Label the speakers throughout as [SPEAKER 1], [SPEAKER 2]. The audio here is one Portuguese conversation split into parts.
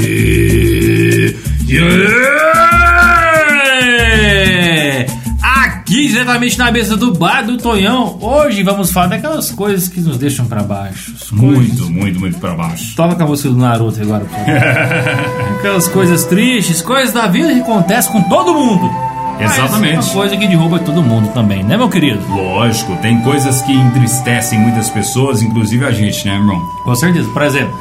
[SPEAKER 1] E. Yeah! Aqui, diretamente na mesa do bar do Tonhão, hoje vamos falar daquelas coisas que nos deixam pra baixo. As coisas-
[SPEAKER 2] Muito, muito, muito pra baixo.
[SPEAKER 1] Toca com a música do Naruto agora, por favor. Aquelas coisas tristes, coisas da vida que acontecem com todo mundo. Mas
[SPEAKER 2] Exatamente.
[SPEAKER 1] é uma coisa que derruba todo mundo também, né, meu querido?
[SPEAKER 2] Lógico, tem coisas que entristecem muitas pessoas, inclusive a gente, né, irmão?
[SPEAKER 1] Com certeza. Por exemplo,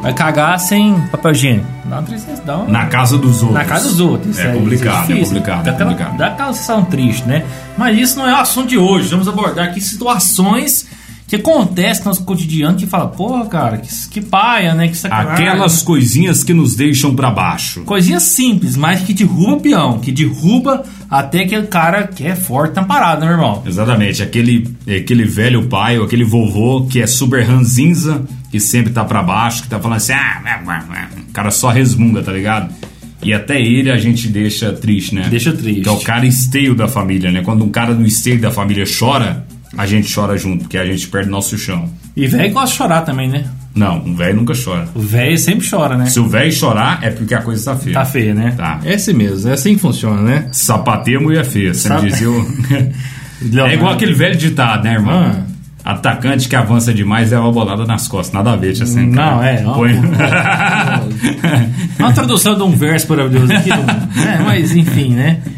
[SPEAKER 1] vai cagar sem papel higiênico. Dá uma tristeza, dá uma...
[SPEAKER 2] Na casa dos outros.
[SPEAKER 1] Na casa dos outros. isso
[SPEAKER 2] É
[SPEAKER 1] aí,
[SPEAKER 2] complicado,
[SPEAKER 1] isso
[SPEAKER 2] é,
[SPEAKER 1] difícil.
[SPEAKER 2] complicado,
[SPEAKER 1] Dá
[SPEAKER 2] é
[SPEAKER 1] aquela,
[SPEAKER 2] complicado.
[SPEAKER 1] dá aquela sensação triste, né? Mas isso não é o assunto de hoje. Vamos abordar aqui situações que acontecem no nosso cotidiano que fala, porra, cara, que, que paia, né? Que sacanagem.
[SPEAKER 2] Aquelas coisinhas que nos deixam pra baixo.
[SPEAKER 1] Coisinha simples, mas que derruba o peão, que derruba até aquele cara que é forte na parada, né, meu irmão?
[SPEAKER 2] Exatamente, aquele, eh, aquele velho pai ou aquele vovô que é super ranzinza, que sempre tá pra baixo, que tá falando assim, ah, ué, ué, ué." o cara só resmunga, tá ligado? E até ele a gente deixa triste, né?
[SPEAKER 1] Deixa triste.
[SPEAKER 2] Que é o cara esteio da família, né? Quando um cara do esteio da família chora, a gente chora junto, porque a gente perde nosso chão.
[SPEAKER 1] E velho gosta de chorar também, né?
[SPEAKER 2] Não, um velho nunca chora.
[SPEAKER 1] O velho sempre chora, né?
[SPEAKER 2] Se o velho chorar, é porque a coisa tá feia.
[SPEAKER 1] Tá feio, né?
[SPEAKER 2] Tá.
[SPEAKER 1] É esse mesmo, é assim que funciona, né?
[SPEAKER 2] Sapateia a mulher feia,
[SPEAKER 1] Sa-
[SPEAKER 2] sempre dizia o... É igual aquele velho ditado, né, irmão?
[SPEAKER 1] Ah.
[SPEAKER 2] Atacante que avança demais é uma bolada nas costas. Nada a ver, tia Sandra.
[SPEAKER 1] Não, é, ó.
[SPEAKER 2] Põe...
[SPEAKER 1] Uma tradução de um verso maravilhoso aqui, não- né? mas enfim, né?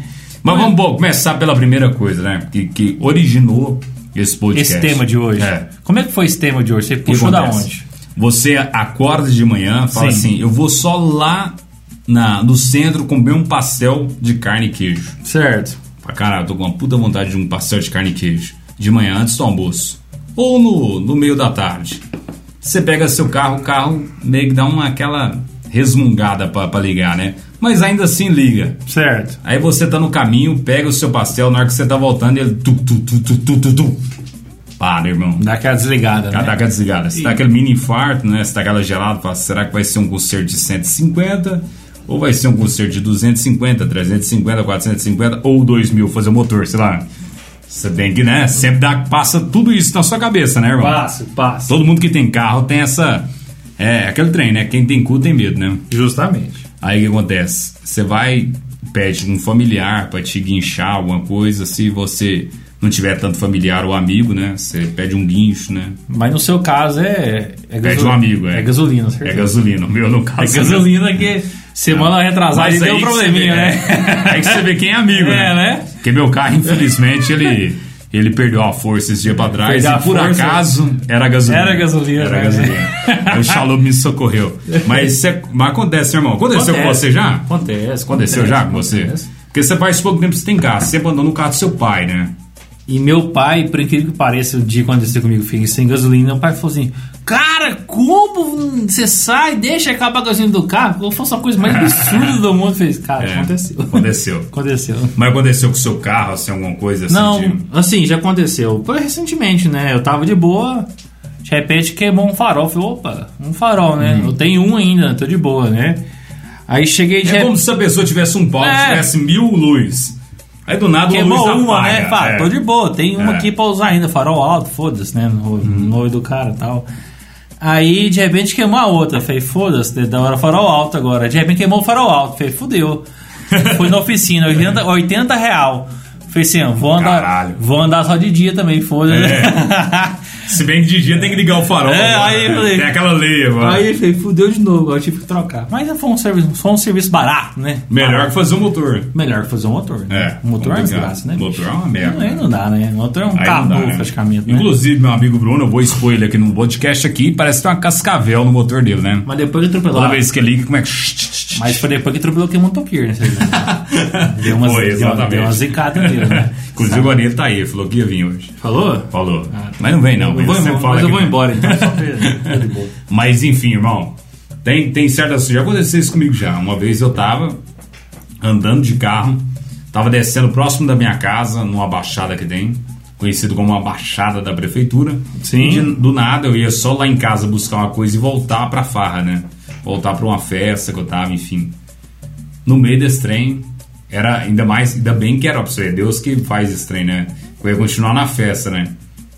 [SPEAKER 2] Mas vamos bom, começar pela primeira coisa, né? Que, que originou esse podcast.
[SPEAKER 1] Esse tema de hoje.
[SPEAKER 2] É.
[SPEAKER 1] Como é que foi esse tema de hoje? Você
[SPEAKER 2] O que
[SPEAKER 1] puxou da
[SPEAKER 2] acontece?
[SPEAKER 1] onde?
[SPEAKER 2] Você acorda de manhã, fala
[SPEAKER 1] Sim.
[SPEAKER 2] assim, eu vou só lá na, no centro comer um pastel de carne e queijo.
[SPEAKER 1] Certo.
[SPEAKER 2] Fala, cara, eu tô com uma puta vontade de um pastel de carne e queijo. De manhã, antes do almoço. Ou no, no meio da tarde. Você pega seu carro, o carro meio que dá uma aquela resmungada pra, pra ligar, né? Mas ainda assim liga.
[SPEAKER 1] Certo.
[SPEAKER 2] Aí você tá no caminho, pega o seu pastel, na hora que você tá voltando, ele. Tu, tu, tu, tu, tu, tu, tu. Para, irmão.
[SPEAKER 1] Dá aquela desligada,
[SPEAKER 2] Ela
[SPEAKER 1] né?
[SPEAKER 2] tá aquela desligada. Se dá aquele mini infarto, né? Se dá aquela gelada, fala, será que vai ser um concerto de 150? Ou vai ser um concerto de 250, 350, 450 ou 2000 fazer o motor, sei lá. Você tem que, né? Sempre dá, passa tudo isso na sua cabeça, né, irmão?
[SPEAKER 1] Passo, passo.
[SPEAKER 2] Todo mundo que tem carro tem essa. É aquele trem, né? Quem tem cu tem medo, né?
[SPEAKER 1] Justamente.
[SPEAKER 2] Aí o que acontece? Você vai, pede um familiar pra te guinchar alguma coisa. Se você não tiver tanto familiar ou amigo, né? Você pede um guincho, né?
[SPEAKER 1] Mas no seu caso é. é
[SPEAKER 2] Pede
[SPEAKER 1] gasol-
[SPEAKER 2] um amigo, é.
[SPEAKER 1] É gasolina,
[SPEAKER 2] É
[SPEAKER 1] certeza.
[SPEAKER 2] gasolina, o meu no
[SPEAKER 1] É
[SPEAKER 2] caso. né?
[SPEAKER 1] gasolina que semana retrasada
[SPEAKER 2] Mas
[SPEAKER 1] ele deu um
[SPEAKER 2] aí que
[SPEAKER 1] probleminha,
[SPEAKER 2] você vê,
[SPEAKER 1] né?
[SPEAKER 2] Aí que você vê quem é amigo, né?
[SPEAKER 1] É, né?
[SPEAKER 2] Porque meu carro, infelizmente, ele, ele perdeu a força esse dia pra trás.
[SPEAKER 1] Perdeu a
[SPEAKER 2] E por
[SPEAKER 1] força.
[SPEAKER 2] acaso, era gasolina.
[SPEAKER 1] Era gasolina,
[SPEAKER 2] Era
[SPEAKER 1] né?
[SPEAKER 2] gasolina. Aí o Shalom me socorreu. Mas, isso é- mas acontece, irmão. Aconteceu com você já?
[SPEAKER 1] Acontece.
[SPEAKER 2] Aconteceu
[SPEAKER 1] acontece,
[SPEAKER 2] já com você?
[SPEAKER 1] acontece.
[SPEAKER 2] Porque você faz pouco tempo que você tem carro. Você abandonou no carro do seu pai, né?
[SPEAKER 1] E meu pai, por incrível que pareça, o dia que aconteceu comigo, fiquei sem gasolina, meu pai falou assim: Cara, como você sai, deixa acabar a gasolina do carro? Como fosse a coisa mais absurda do mundo. Fez, cara,
[SPEAKER 2] É,
[SPEAKER 1] aconteceu.
[SPEAKER 2] aconteceu.
[SPEAKER 1] aconteceu.
[SPEAKER 2] Mas aconteceu com o seu carro, assim, alguma coisa assim?
[SPEAKER 1] Não,
[SPEAKER 2] de-
[SPEAKER 1] assim, já aconteceu. Foi recentemente, né? Eu tava de boa, de repente queimou um farol. Falei, opa, um farol, né? Eu tenho um ainda, tô de boa, né? Aí cheguei de
[SPEAKER 2] É
[SPEAKER 1] repente-
[SPEAKER 2] como se a pessoa tivesse um pau,
[SPEAKER 1] É.
[SPEAKER 2] tivesse mil luz. Aí do nada
[SPEAKER 1] Queimou
[SPEAKER 2] uma luz
[SPEAKER 1] uma,
[SPEAKER 2] apaga.
[SPEAKER 1] né? Fala,
[SPEAKER 2] É.
[SPEAKER 1] tô de boa, tem uma
[SPEAKER 2] É. Uhum.
[SPEAKER 1] aqui pra usar ainda, farol alto, foda-se, né? No, no olho do cara e tal. Aí, de repente, queimou a outra. Falei, foda-se, né? da hora farol alto agora. De repente, queimou o farol alto. Falei, fudeu. Fui na oficina, 80, 80 real. Falei assim, ó, vou andar,
[SPEAKER 2] Caralho. É.
[SPEAKER 1] vou andar só de dia também, foda-se.
[SPEAKER 2] Se bem que de dia tem que ligar o farol.
[SPEAKER 1] É, aí eu falei-
[SPEAKER 2] Tem aquela lei agora.
[SPEAKER 1] Aí, falei, fudeu de novo, aí eu tive que trocar. Mas foi um serviço, foi um serviço barato, né?
[SPEAKER 2] Melhor que fazer o motor.
[SPEAKER 1] Melhor que fazer um motor, né?
[SPEAKER 2] É,
[SPEAKER 1] motor é uma
[SPEAKER 2] complicado.
[SPEAKER 1] desgraça, né?
[SPEAKER 2] Motor é uma merda.
[SPEAKER 1] Não, aí não dá, né? Motor é um
[SPEAKER 2] Aí não
[SPEAKER 1] carro
[SPEAKER 2] dá, né?
[SPEAKER 1] praticamente, né?
[SPEAKER 2] Inclusive, meu amigo Bruno, eu vou expor ele aqui no podcast aqui, parece que tem uma cascavel no motor dele, né?
[SPEAKER 1] Mas depois que atropelou.
[SPEAKER 2] Toda vez que ele liga, como é que...
[SPEAKER 1] Mas foi depois que atropelou que motoqueiro, né? vocês lembram? Deu uma,
[SPEAKER 2] Foi,
[SPEAKER 1] deu uma,
[SPEAKER 2] exatamente.
[SPEAKER 1] deu uma zicada nele, né?
[SPEAKER 2] Inclusive, o Guarinha tá aí, falou que ia vir hoje.
[SPEAKER 1] Falou?
[SPEAKER 2] Falou. mas não vem não.
[SPEAKER 1] Ah, tá. Eu
[SPEAKER 2] mas
[SPEAKER 1] vou
[SPEAKER 2] sempre Tá
[SPEAKER 1] embora,
[SPEAKER 2] fala
[SPEAKER 1] mas eu
[SPEAKER 2] que
[SPEAKER 1] vou
[SPEAKER 2] não. é.
[SPEAKER 1] embora então. só pra- de boa.
[SPEAKER 2] Mas enfim, irmão, tem, tem certas. Já aconteceu isso comigo já. Uma vez eu tava andando de carro, tava descendo próximo da minha casa, numa baixada que tem, conhecido como a Baixada da Prefeitura.
[SPEAKER 1] Sim.
[SPEAKER 2] E de- do nada eu ia só lá em casa buscar uma coisa e voltar pra farra, né? Voltar pra uma festa que eu tava, enfim. No meio desse trem, era ainda mais, ainda bem que era pra você, Deus que faz esse trem, né? Eu ia continuar na festa, né?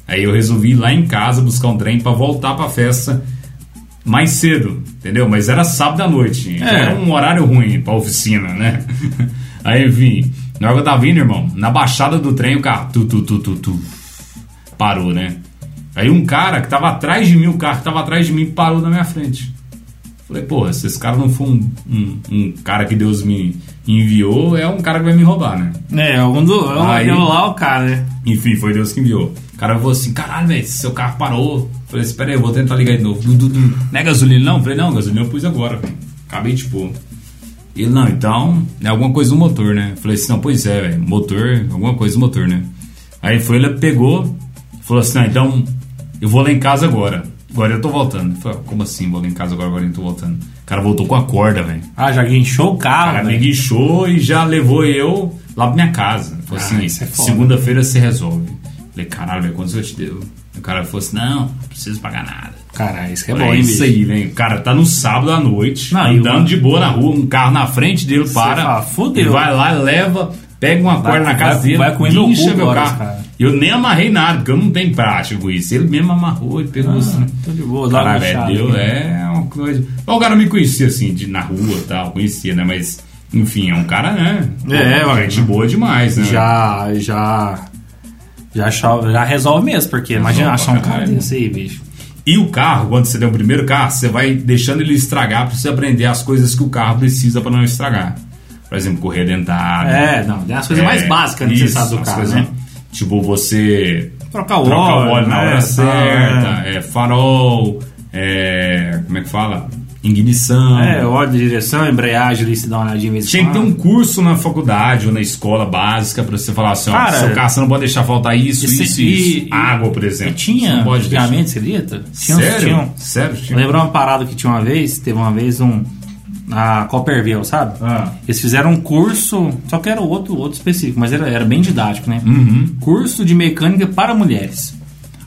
[SPEAKER 2] Aí eu resolvi ir lá em casa buscar um trem pra voltar pra festa mais cedo, entendeu? Mas era sábado à noite. então
[SPEAKER 1] É.
[SPEAKER 2] Era um horário ruim pra oficina, né? Aí, enfim, na hora que eu tava vindo, irmão, na baixada do trem o carro tu, tu, tu, tu, tu, parou, né? Aí um cara que tava atrás de mim, o carro que tava atrás de mim, parou na minha frente. Falei, porra, se esse cara não for um, um- um cara que Deus me enviou, é um cara que vai me roubar, né?
[SPEAKER 1] É, algum do. é um-
[SPEAKER 2] Aí-
[SPEAKER 1] aquele lá, o cara, né?
[SPEAKER 2] Enfim, foi Deus que enviou. O cara falou assim: caralho, velho, seu carro parou. Falei assim: pera aí, eu vou tentar ligar de novo. Du, du, du. Não é gasolina, não? Falei: não, gasolina eu pus agora, velho. Acabei de pôr. Ele, não, então é alguma coisa do motor, né? Falei assim: não, pois é, velho, motor, alguma coisa do motor, né? Aí foi, ele pegou, falou assim: não, então eu vou lá em casa agora. Agora eu tô voltando. Eu Falei, como assim? Vou lá em casa agora, agora eu tô voltando. O cara voltou com a corda, velho.
[SPEAKER 1] Ah, já guinchou o
[SPEAKER 2] O cara
[SPEAKER 1] carro,
[SPEAKER 2] me
[SPEAKER 1] né?
[SPEAKER 2] guichou Ah, e já levou eu lá pra minha casa. Falou
[SPEAKER 1] Ah,
[SPEAKER 2] assim,
[SPEAKER 1] isso é foda.
[SPEAKER 2] segunda-feira se resolve. Falei, caralho, velho, quantos eu te deu? O cara falou assim, não, não preciso pagar nada.
[SPEAKER 1] Cara, isso que é
[SPEAKER 2] Falei,
[SPEAKER 1] bom, hein,
[SPEAKER 2] isso
[SPEAKER 1] bicho?
[SPEAKER 2] aí, velho. O cara tá no sábado à noite,
[SPEAKER 1] Não, e
[SPEAKER 2] andando de boa na rua, um carro na frente dele para.
[SPEAKER 1] fala, "Fudeu."
[SPEAKER 2] e Vai lá, leva, pega uma
[SPEAKER 1] Vai-
[SPEAKER 2] corda na
[SPEAKER 1] vai-
[SPEAKER 2] casa dele,
[SPEAKER 1] vai com ele no
[SPEAKER 2] guincha
[SPEAKER 1] cu
[SPEAKER 2] meu
[SPEAKER 1] agora,
[SPEAKER 2] carro.
[SPEAKER 1] cara.
[SPEAKER 2] Eu nem amarrei nada, porque eu não tenho prática com isso. Ele mesmo amarrou e
[SPEAKER 1] Ah.
[SPEAKER 2] pegou assim.
[SPEAKER 1] Hum, Tô de boa, dá uma né?
[SPEAKER 2] Caralho, velho,
[SPEAKER 1] guinchada.
[SPEAKER 2] deu, é uma coisa. Mas o cara me conhecia assim, de, na rua e tal, conhecia, né? Mas, enfim, é um cara, né?
[SPEAKER 1] É,
[SPEAKER 2] Pô,
[SPEAKER 1] mano.
[SPEAKER 2] gente boa demais, né?
[SPEAKER 1] Já, já. Já, chove- já resolve mesmo, porque imagina
[SPEAKER 2] Resolve
[SPEAKER 1] achar um
[SPEAKER 2] pra
[SPEAKER 1] cara
[SPEAKER 2] caralho.
[SPEAKER 1] desse aí, bicho.
[SPEAKER 2] E o carro, quando você tem o primeiro carro, você vai deixando ele estragar pra você aprender as coisas que o carro precisa pra não estragar. Por exemplo, correr dentada.
[SPEAKER 1] É, não, é as coisas
[SPEAKER 2] É,
[SPEAKER 1] mais básicas que você
[SPEAKER 2] isso,
[SPEAKER 1] sabe do
[SPEAKER 2] as
[SPEAKER 1] carro,
[SPEAKER 2] coisas-
[SPEAKER 1] né?
[SPEAKER 2] Tipo, você
[SPEAKER 1] Trocar o
[SPEAKER 2] troca
[SPEAKER 1] óleo,
[SPEAKER 2] o óleo na
[SPEAKER 1] né?
[SPEAKER 2] hora
[SPEAKER 1] Tá,
[SPEAKER 2] certa, é, farol, é, como é que fala? Ignição.
[SPEAKER 1] É, óleo de direção, embreagem ali, se dá uma olhadinha mesmo.
[SPEAKER 2] Tinha que ter um curso na faculdade ou na escola básica pra você falar assim, ó,
[SPEAKER 1] Cara,
[SPEAKER 2] seu carro você não pode deixar faltar isso,
[SPEAKER 1] esse-
[SPEAKER 2] isso,
[SPEAKER 1] e-
[SPEAKER 2] isso. Água, por exemplo. Você
[SPEAKER 1] Tinha,
[SPEAKER 2] não pode deixar.
[SPEAKER 1] antigamente, você acredita? Tinha uns- tinha
[SPEAKER 2] Sério?
[SPEAKER 1] um-
[SPEAKER 2] Sério?
[SPEAKER 1] Eu lembro uma parada que tinha uma vez, teve uma vez um. A Copperville, sabe?
[SPEAKER 2] Ah.
[SPEAKER 1] Eles fizeram um curso, só que era outro, outro específico, mas era, era bem didático, né?
[SPEAKER 2] Uhum.
[SPEAKER 1] Curso de mecânica para mulheres.